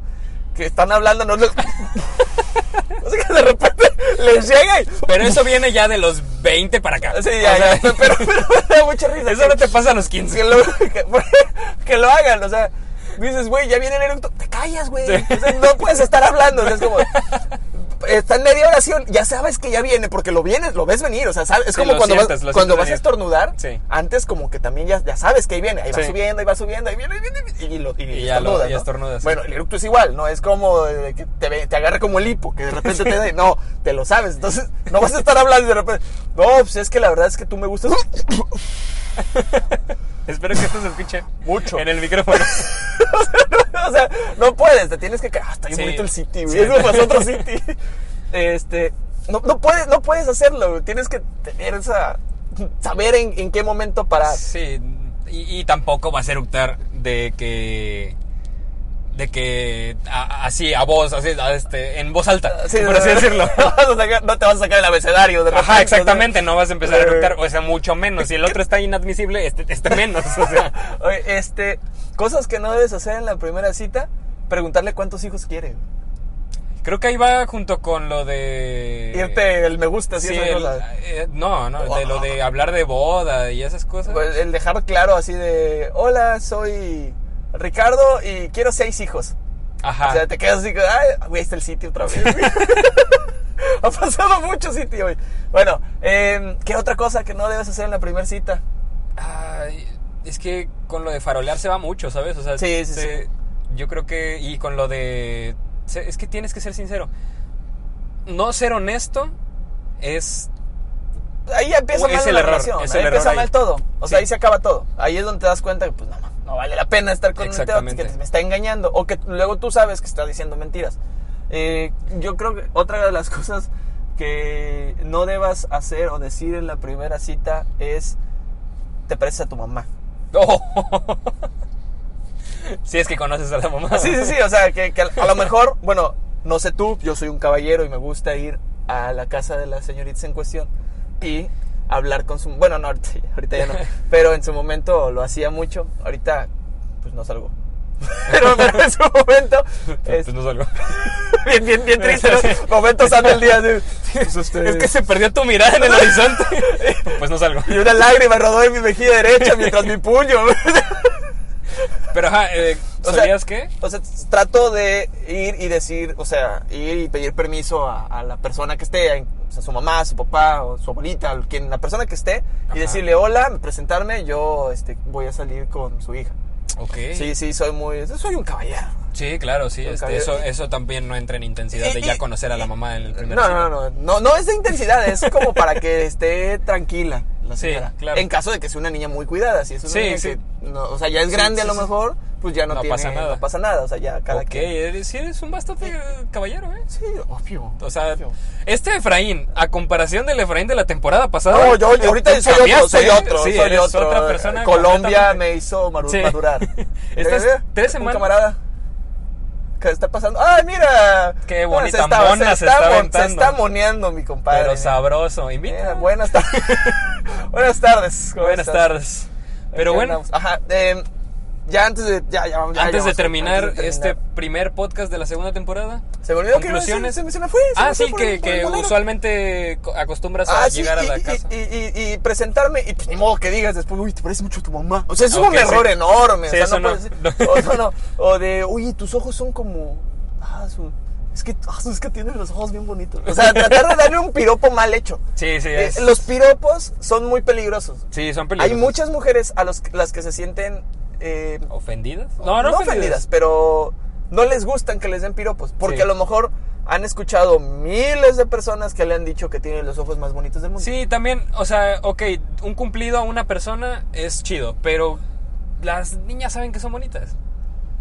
A: que están hablando, no les... (laughs) o sea, que de repente les llega y...
B: Pero eso viene ya de los 20 para acá.
A: Sí, ya,
B: O sea,
A: ya, (laughs) pero, pero, me da mucha risa.
B: eso no
A: que-
B: te pasa a los 15.
A: que lo, (laughs) que, que lo hagan, o sea, dices, güey, ya viene el eructo, te callas, güey. O sea, no puedes estar hablando, o sea, es
B: (laughs)
A: como está en media oración, ya sabes que ya viene porque lo vienes, lo ves venir, o sea, sabes, es
B: Sí,
A: como
B: lo
A: cuando
B: sientes, lo
A: vas cuando
B: sientes
A: vas a
B: venir.
A: estornudar,
B: Sí.
A: antes como que también ya, ya sabes que ahí viene, ahí va
B: Sí.
A: subiendo, ahí va subiendo, ahí viene, ahí viene, y, lo- y
B: Y ya lo- ya estornudas, sí.
A: Bueno, el eructo es igual, no es como de que te, ve- te agarre como el hipo, que de repente te da, no, te lo sabes, entonces no vas a estar hablando y de repente, no, pues es que la verdad es que tú me gustas.
B: Espero que esto se escuche
A: Mucho.
B: en el micrófono.
A: (laughs) o sea, no puedes, te tienes que ca- Ah, está bien
B: Sí.
A: bonito el City, güey.
B: Sí.
A: Eso me pasó a
B: (laughs)
A: otro City. Este, no, no puedes, no puedes hacerlo, güey. Tienes que tener esa. saber en, en qué momento parar.
B: Sí, y, y tampoco vas a eructar de que. de que. a- así, a voz, así, a este, en voz alta,
A: Ah, Sí, (laughs)
B: por así decirlo.
A: No, vas a sacar- no te vas a sacar el abecedario de repente, (laughs)
B: Ajá, exactamente, no vas a empezar a
A: Eh.
B: eructar, o sea, mucho menos. Si el otro está inadmisible, este, este menos, o sea.
A: ¿no? Oye, este, cosas que no debes hacer en la primera cita, preguntarle cuántos hijos quiere. güey.
B: Creo que ahí va junto con lo de.
A: Irte el me gusta, sí,
B: Sí,
A: esas
B: el-
A: cosas.
B: eh, no, no, de lo de hablar de boda y esas cosas.
A: Pues, El dejar claro así de, hola, soy Ricardo y quiero seis hijos.
B: Ajá.
A: O sea, te quedas así, que, ay, güey, está el sitio otra
B: (laughs)
A: vez. (laughs) ha pasado mucho sitio hoy. Bueno, eh, ¿qué otra cosa que no debes hacer en la primera cita?
B: Ay, es que con lo de farolear se va mucho, ¿sabes? O sea,
A: Sí, sí,
B: se-
A: sí.
B: yo creo que. Y con lo de. se- Es que tienes que ser sincero. No ser honesto es. (laughs)
A: Ahí ya empieza
B: Uy,
A: mal
B: es
A: la
B: el error,
A: relación,
B: es
A: ahí
B: el
A: empieza
B: error ahí.
A: mal todo. O sea,
B: Sí.
A: ahí se acaba todo. Ahí es donde te das cuenta que, pues, no, no vale la pena estar con un teo que
B: Exactamente.
A: me está engañando. O que luego tú sabes que está diciendo mentiras. Eh, yo creo que otra de las (laughs) cosas que no debas hacer o decir en la primera cita es te pareces a tu mamá.
B: Oh. si es que conoces a la mamá.
A: Ah, Sí, sí, sí, o sea, que, que a lo mejor, bueno, no sé tú, yo soy un caballero y me gusta ir a la casa de la señorita en cuestión y hablar con su... Bueno, no, ahorita, ya- ahorita (laughs) ya no, pero en su momento lo hacía mucho, ahorita pues no salgo. (laughs) Pero, pero en su momento,
B: (laughs) Pues
A: es,
B: no salgo.
A: (laughs) bien, bien, bien triste, ¿no? momentos santo el día. así, pues, este,
B: Es que se perdió tu mirada en
A: (laughs)
B: el horizonte. Pues no salgo.
A: Y una lágrima rodó en mi mejilla derecha mientras mi puño... (laughs)
B: Pero ajá, eh,
A: O sea,
B: ¿sabías qué?
A: O sea, trato de ir y decir, o sea, ir y pedir permiso a, a la persona que esté, a, o sea, su mamá, su papá, o su abuelita, o quien, la persona que esté, y
B: Ajá.
A: decirle, hola, presentarme, yo este, voy a salir con su hija.
B: Ok.
A: Sí, sí, soy muy, soy un caballero.
B: Sí, claro, sí. este,
A: cabello-
B: eso, eso también no entra en intensidad de
A: Y-
B: ya
A: y-
B: conocer a la mamá en el primer
A: No, no, no, no, no es de intensidad, es como para que esté tranquila la
B: Sí,
A: señora.
B: claro.
A: En caso de que sea una niña muy cuidada, si es una
B: Sí,
A: niña
B: sí.
A: que, no, o sea, ya es
B: Sí,
A: grande
B: sí,
A: a lo
B: sí.
A: mejor, pues ya no,
B: No
A: tiene,
B: pasa nada.
A: no pasa nada, o sea, ya cada
B: Ok,
A: quien.
B: eres, sí eres un bastante eh, caballero, ¿eh?
A: Sí, obvio.
B: O sea, este Efraín, a comparación del Efraín de la temporada pasada.
A: No, yo, yo ahorita
B: tú
A: soy otro,
B: cambiaste,
A: soy
B: ¿eh?
A: otro,
B: Sí,
A: soy
B: eres
A: otro. eh,
B: otra persona.
A: Colombia
B: completamente.
A: me hizo maru-
B: Sí. (laughs)
A: madurar.
B: Estas
A: Eh,
B: tres
A: un
B: semanas-
A: camarada que está pasando. ¡Ay, mira!
B: Qué
A: Ah, se
B: bonita
A: está-
B: mona se está
A: mon-
B: aventando.
A: Se está moneando mi compadre.
B: Pero sabroso, invita.
A: Mira, buenas
B: (laughs)
A: tardes. buenas tardes. ¿cómo
B: Buenas
A: estás?
B: tardes. Pero
A: Aquí
B: bueno,
A: andamos. Ajá. eh, ya antes de. Ya, ya, vamos- ya,
B: antes
A: ya
B: de
A: vamos-
B: terminar
A: antes de
B: este primer podcast de la segunda temporada.
A: Se me olvidó que iba a decir,
B: conclusiones.
A: Se me, se me fue. se
B: Ah,
A: me fue
B: sí,
A: por
B: que,
A: el- por el
B: que
A: bolero.
B: usualmente co- acostumbras a
A: Ah, sí,
B: llegar
A: y,
B: a la
A: y-
B: casa.
A: Y, y- y presentarme, y pues, ni modo que digas después, uy, te parece mucho a tu mamá. O sea, es
B: Ok,
A: un
B: sí.
A: error enorme.
B: Sí,
A: o
B: eso
A: sea, no,
B: no.
A: puedes decir- (laughs) O, no, no. O de, uy, tus ojos son como. Ah, su- es que, ah, su- es que tienes los ojos bien bonitos. O sea, tratar de darle un piropo mal hecho.
B: Sí, sí,
A: Eh,
B: es-
A: los piropos son muy peligrosos.
B: sí, son
A: Hay
B: peligrosos.
A: muchas mujeres a los, que- las que se sienten. eh,
B: ¿Ofendidas?
A: no, ofendidas, pero no les gustan que les den piropos, porque
B: Sí.
A: a lo mejor han escuchado miles de personas que le han dicho que tienen los ojos más bonitos del mundo.
B: Sí, también, o sea, ok, un cumplido a una persona es chido, pero las niñas saben que son bonitas. ¿Sabes?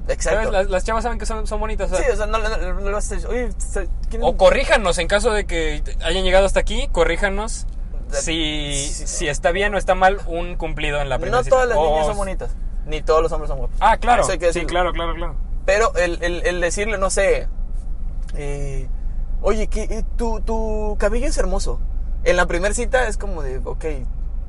A: Exacto.
B: Las, las chavas saben que son, son bonitas. O, sea,
A: Sí, o sea, no, no, no, no lo has hecho. Oye, se- ¿quién-
B: o corríjanos, en caso de que hayan llegado hasta aquí, corríjanos
A: La-
B: si,
A: sí.
B: si está bien o está mal un cumplido en la primera
A: no
B: cita.
A: todas las
B: O-
A: niñas son bonitas, ni todos los hombres son guapos.
B: "Oh, Ah, claro.
A: Eso hay que
B: Sí,
A: decirlo.
B: claro, claro, claro.
A: Pero el, el- el decirle, no sé, eh, oye, que, eh, tu, tu cabello es hermoso. En la primera cita es como de, ok,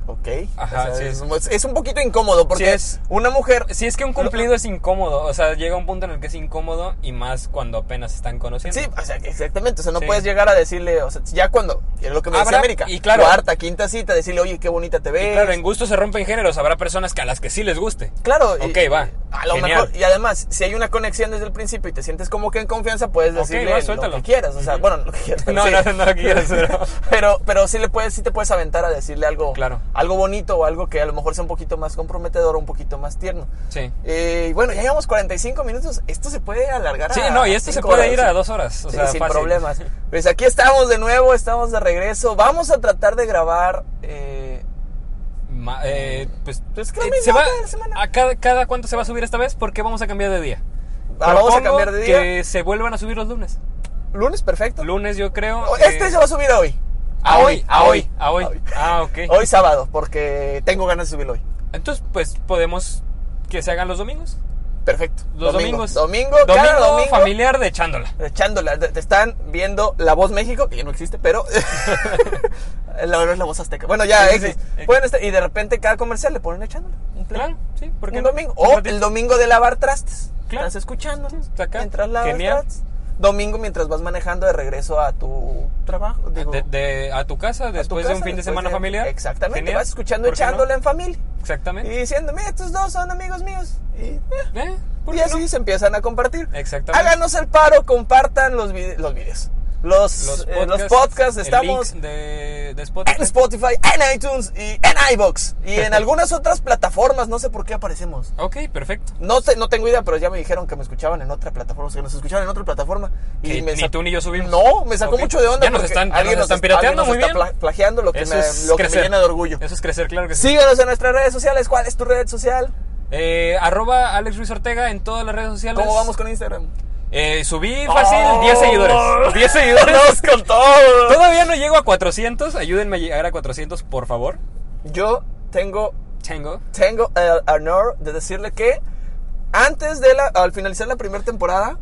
A: Ok.
B: Ajá,
A: O sea,
B: sí.
A: es, un- es un poquito incómodo porque
B: Sí, es-
A: una mujer.
B: Sí, es que un cumplido es incómodo. O sea, llega un punto en el que es incómodo y más cuando apenas se están conociendo.
A: Sí, o sea, exactamente. O sea, no
B: Sí.
A: puedes llegar a decirle, o sea, ya cuando, es lo que me dice
B: Habrá-
A: América,
B: y claro.
A: cuarta, quinta cita, decirle, oye, qué bonita te ves.
B: Claro, en gusto se rompen géneros. Habrá personas que a las que sí les guste.
A: Claro. y-
B: Ok, va.
A: A lo
B: Genial.
A: mejor. Y además, si hay una conexión desde el principio y te sientes como que en confianza, puedes
B: Ok,
A: decirle
B: va,
A: lo
B: suéltalo.
A: que quieras. O sea,
B: Ujú.
A: bueno, lo que quieras. pero
B: (laughs) No,
A: sí.
B: no, no lo quieras, pero-
A: (laughs) pero, pero sí le puedes, sí te puedes aventar a decirle algo.
B: Claro.
A: Algo bonito o algo que a lo mejor sea un poquito más comprometedor o un poquito más tierno.
B: Sí.
A: Eh, y bueno, ya llevamos 45 minutos. Esto se puede alargar
B: Sí,
A: a
B: no, y esto se
A: cinco
B: puede
A: horas,
B: ir
A: sí.
B: a dos horas. O
A: Sí,
B: sea,
A: sin
B: fácil. (laughs)
A: problemas. Pues aquí estamos de nuevo, estamos de regreso. Vamos a tratar de grabar. eh,
B: Ma- eh, pues
A: Pues que
B: eh,
A: lo mismo
B: se va,
A: cada semana.
B: a cada, cada cuánto se va a subir esta vez porque vamos a cambiar de día.
A: ah, vamos a
B: Propongo
A: cambiar de día.
B: Que se vuelvan a subir los lunes.
A: Lunes, perfecto.
B: Lunes yo creo.
A: O-
B: que-
A: Este se va a subir a hoy.
B: a hoy, a hoy, a
A: A
B: hoy. Ah, ok.
A: Hoy sábado, porque tengo ganas de subirlo hoy.
B: Entonces, pues podemos que se hagan los domingos.
A: Perfecto.
B: Los
A: Domingo,
B: domingos.
A: domingo, cada domingo.
B: familiar de echándola.
A: Echándola. Te te están viendo La Voz México, que ya no existe, pero.
B: (laughs)
A: (laughs) la verdad es la voz azteca. Bueno, ya,
B: Sí, sí,
A: X.
B: sí.
A: Pueden estar- y de repente cada comercial le ponen echándola. Un plan.
B: Claro, sí, porque
A: un domingo. O el domingo de lavar trastes.
B: Claro.
A: Estás escuchando.
B: está acá.
A: Mientras lavas
B: Genial.
A: trastes. Domingo mientras vas manejando de regreso a tu trabajo. Digo,
B: Ah, de, de- a tu
A: a
B: casa
A: tu
B: después de un
A: casa,
B: fin de
A: después
B: semana familiar.
A: Exactamente.
B: Genial.
A: Vas escuchando
B: ¿Por qué no?
A: echándola en familia. Y
B: Exactamente.
A: diciendo, mira, estos dos son amigos míos. Y, eh,
B: ¿Eh? ¿Por
A: y
B: qué
A: así
B: no?
A: se empiezan a compartir.
B: Exactamente.
A: Háganos el paro, compartan los, vide- los videos. Los, eh, los, podcasts,
B: el
A: estamos
B: link de, de
A: en
B: Spotify.
A: Spotify, en iTunes y en iBox. Y
B: (laughs)
A: en algunas otras plataformas, no sé por qué aparecemos.
B: Ok, perfecto.
A: No sé, no tengo idea, pero ya me dijeron que me escuchaban en otra plataforma, o sea, que nos escuchaban en otra plataforma.
B: Que
A: me
B: ni
A: sa-
B: tú ni yo subimos.
A: No, me sacó
B: Ok.
A: mucho de onda.
B: Ya nos
A: porque
B: están- ya
A: alguien
B: nos están
A: es-
B: pirateando,
A: alguien nos
B: muy
A: está
B: bien.
A: pla- plagiando lo, que
B: Eso
A: me,
B: es
A: lo que me
B: crecer.
A: llena de orgullo.
B: Eso es crecer, claro que sí.
A: Síganos en nuestras redes sociales. ¿Cuál es tu red social?
B: Eh, arroba Alex Ruiz Ortega en todas las redes sociales.
A: ¿Cómo vamos Oh. con Instagram?
B: Eh, subí fácil
A: (laughs)
B: 10 (laughs) seguidores. 10 seguidores.
A: ¡Nos con todo!
B: Todavía no llego a 400. Ayúdenme a llegar a 400, por favor.
A: Yo tengo,
B: Chango.
A: tengo el honor de decirle que antes de la, al finalizar la primera temporada,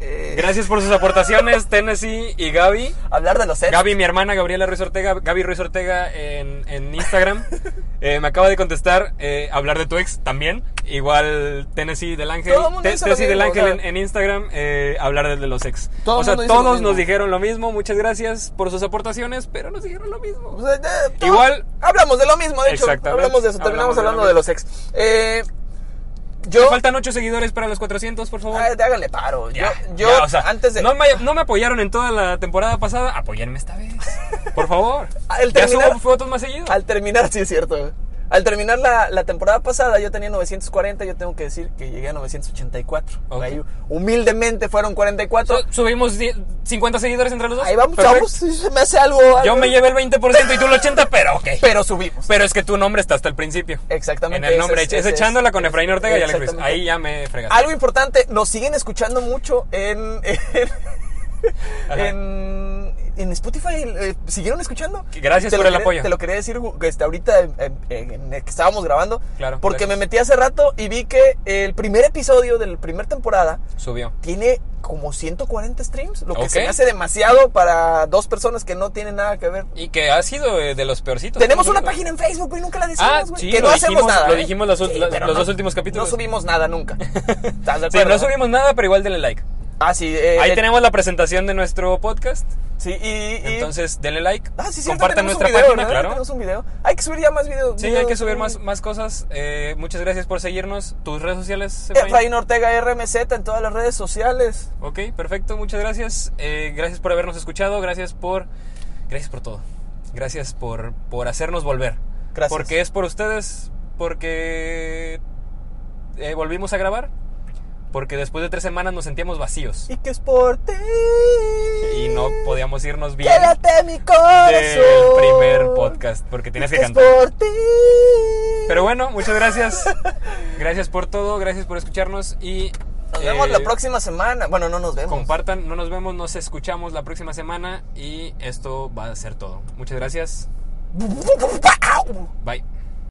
A: eh,
B: Gracias por sus aportaciones, Tennessee y Gaby.
A: hablar de los sets.
B: Gaby, mi hermana Gabriela Ruiz Ortega, Gaby Ruiz Ortega en, en Instagram, eh, me acaba de contestar eh, hablar de tu ex también. Igual Tennessee del Ángel,
A: Todo el mundo
B: Te-
A: hizo lo
B: Tennessee del
A: mismo,
B: Ángel
A: o sea.
B: en, en Instagram, eh, hablar de, de los ex.
A: Todo el
B: o sea,
A: mundo hizo lo
B: todos
A: mismo.
B: nos dijeron lo mismo, muchas gracias por sus aportaciones, pero nos dijeron lo mismo.
A: O sea, de- todo-
B: Igual-
A: Hablamos de lo mismo, de hecho.
B: Exactamente.
A: Hablamos de eso. Terminamos
B: Hablamos
A: hablando
B: de lo
A: de los ex. Eh, yo.
B: Me faltan 8 seguidores para los 400, por favor.
A: Ah, háganle paro.
B: Ya,
A: yo, yo
B: ya, o sea,
A: antes de.
B: no, me, no me apoyaron en toda la temporada pasada, apóyenme esta vez. Por favor.
A: (laughs) Al
B: ya
A: terminar-
B: subo fotos más seguido.
A: Al terminar, (laughs) sí es cierto. Al terminar la, la temporada pasada, yo tenía 940. Yo tengo que decir que llegué a 984.
B: Ok.
A: Ahí humildemente fueron 44.
B: So- subimos die- 50 seguidores entre los dos.
A: Ahí vamos,
B: Perfecto.
A: chavos. sí, Se me hace algo.
B: Yo
A: algo.
B: me llevé el 20% y tú el 80%, pero ok.
A: Pero subimos.
B: Pero es que tu nombre está hasta el principio.
A: Exactamente,
B: En
A: ese
B: el nombre.
A: es-
B: Es,
A: ese es-
B: echándola con Efraín Ortega y Alex Ruiz.
A: Exactamente.
B: Ahí ya me fregaste.
A: Algo importante, nos siguen escuchando mucho en. en en- en Spotify eh, siguieron escuchando.
B: Gracias
A: Te lo
B: por el
A: quería-
B: apoyo.
A: Te lo quería decir que este, ahorita eh, eh, en el que estábamos grabando.
B: Claro,
A: Porque
B: gracias.
A: me metí hace rato y vi que el primer episodio de la primera temporada
B: Subió.
A: tiene como 140 streams, lo que
B: Ok.
A: se me hace demasiado para dos personas que no tienen nada que ver.
B: Y que ha sido eh, de los peorcitos.
A: Tenemos una
B: Nosotros.
A: página en Facebook, pero nunca la decimos,
B: Ah,
A: güey,
B: sí,
A: que
B: lo
A: no hacemos
B: dijimos-
A: nada.
B: lo
A: ¿eh?
B: dijimos las ul- la-
A: pero
B: los dos últimos capítulos.
A: No subimos nada nunca.
B: (laughs)
A: ¿Estás de
B: Sí,
A: acuerdo,
B: no subimos nada, pero igual denle like.
A: Ah, sí. eh,
B: Ahí
A: eh,
B: tenemos la presentación de nuestro podcast.
A: Sí, y. y-
B: Entonces, denle like.
A: Ah, sí, sí,
B: compartan nuestra
A: un video,
B: página,
A: ¿verdad?
B: claro.
A: Tenemos un video. Hay que subir ya más videos.
B: Sí,
A: videos,
B: hay que subir más, más cosas. Eh, muchas gracias por seguirnos. Tus redes sociales, Efraín?
A: Efraín Ortega RMZ en todas las redes sociales.
B: Ok, perfecto, muchas gracias. Eh, gracias por habernos escuchado, gracias por. Gracias por todo. Gracias por, por hacernos volver.
A: Gracias.
B: Porque es por ustedes, porque eh, volvimos a grabar, porque después de tres semanas nos sentíamos vacíos
A: Y que es por ti.
B: y no podíamos irnos bien
A: Quédate mi corazón.
B: del primer podcast, porque
A: Y
B: tienes
A: que
B: que
A: es
B: cantar.
A: por ti.
B: Pero bueno, muchas gracias. Gracias por todo, gracias por escucharnos y.
A: Nos vemos
B: eh,
A: la próxima semana. Bueno, no nos vemos.
B: Compartan, no nos vemos, nos escuchamos la próxima semana y esto va a ser todo. Muchas gracias. Bye.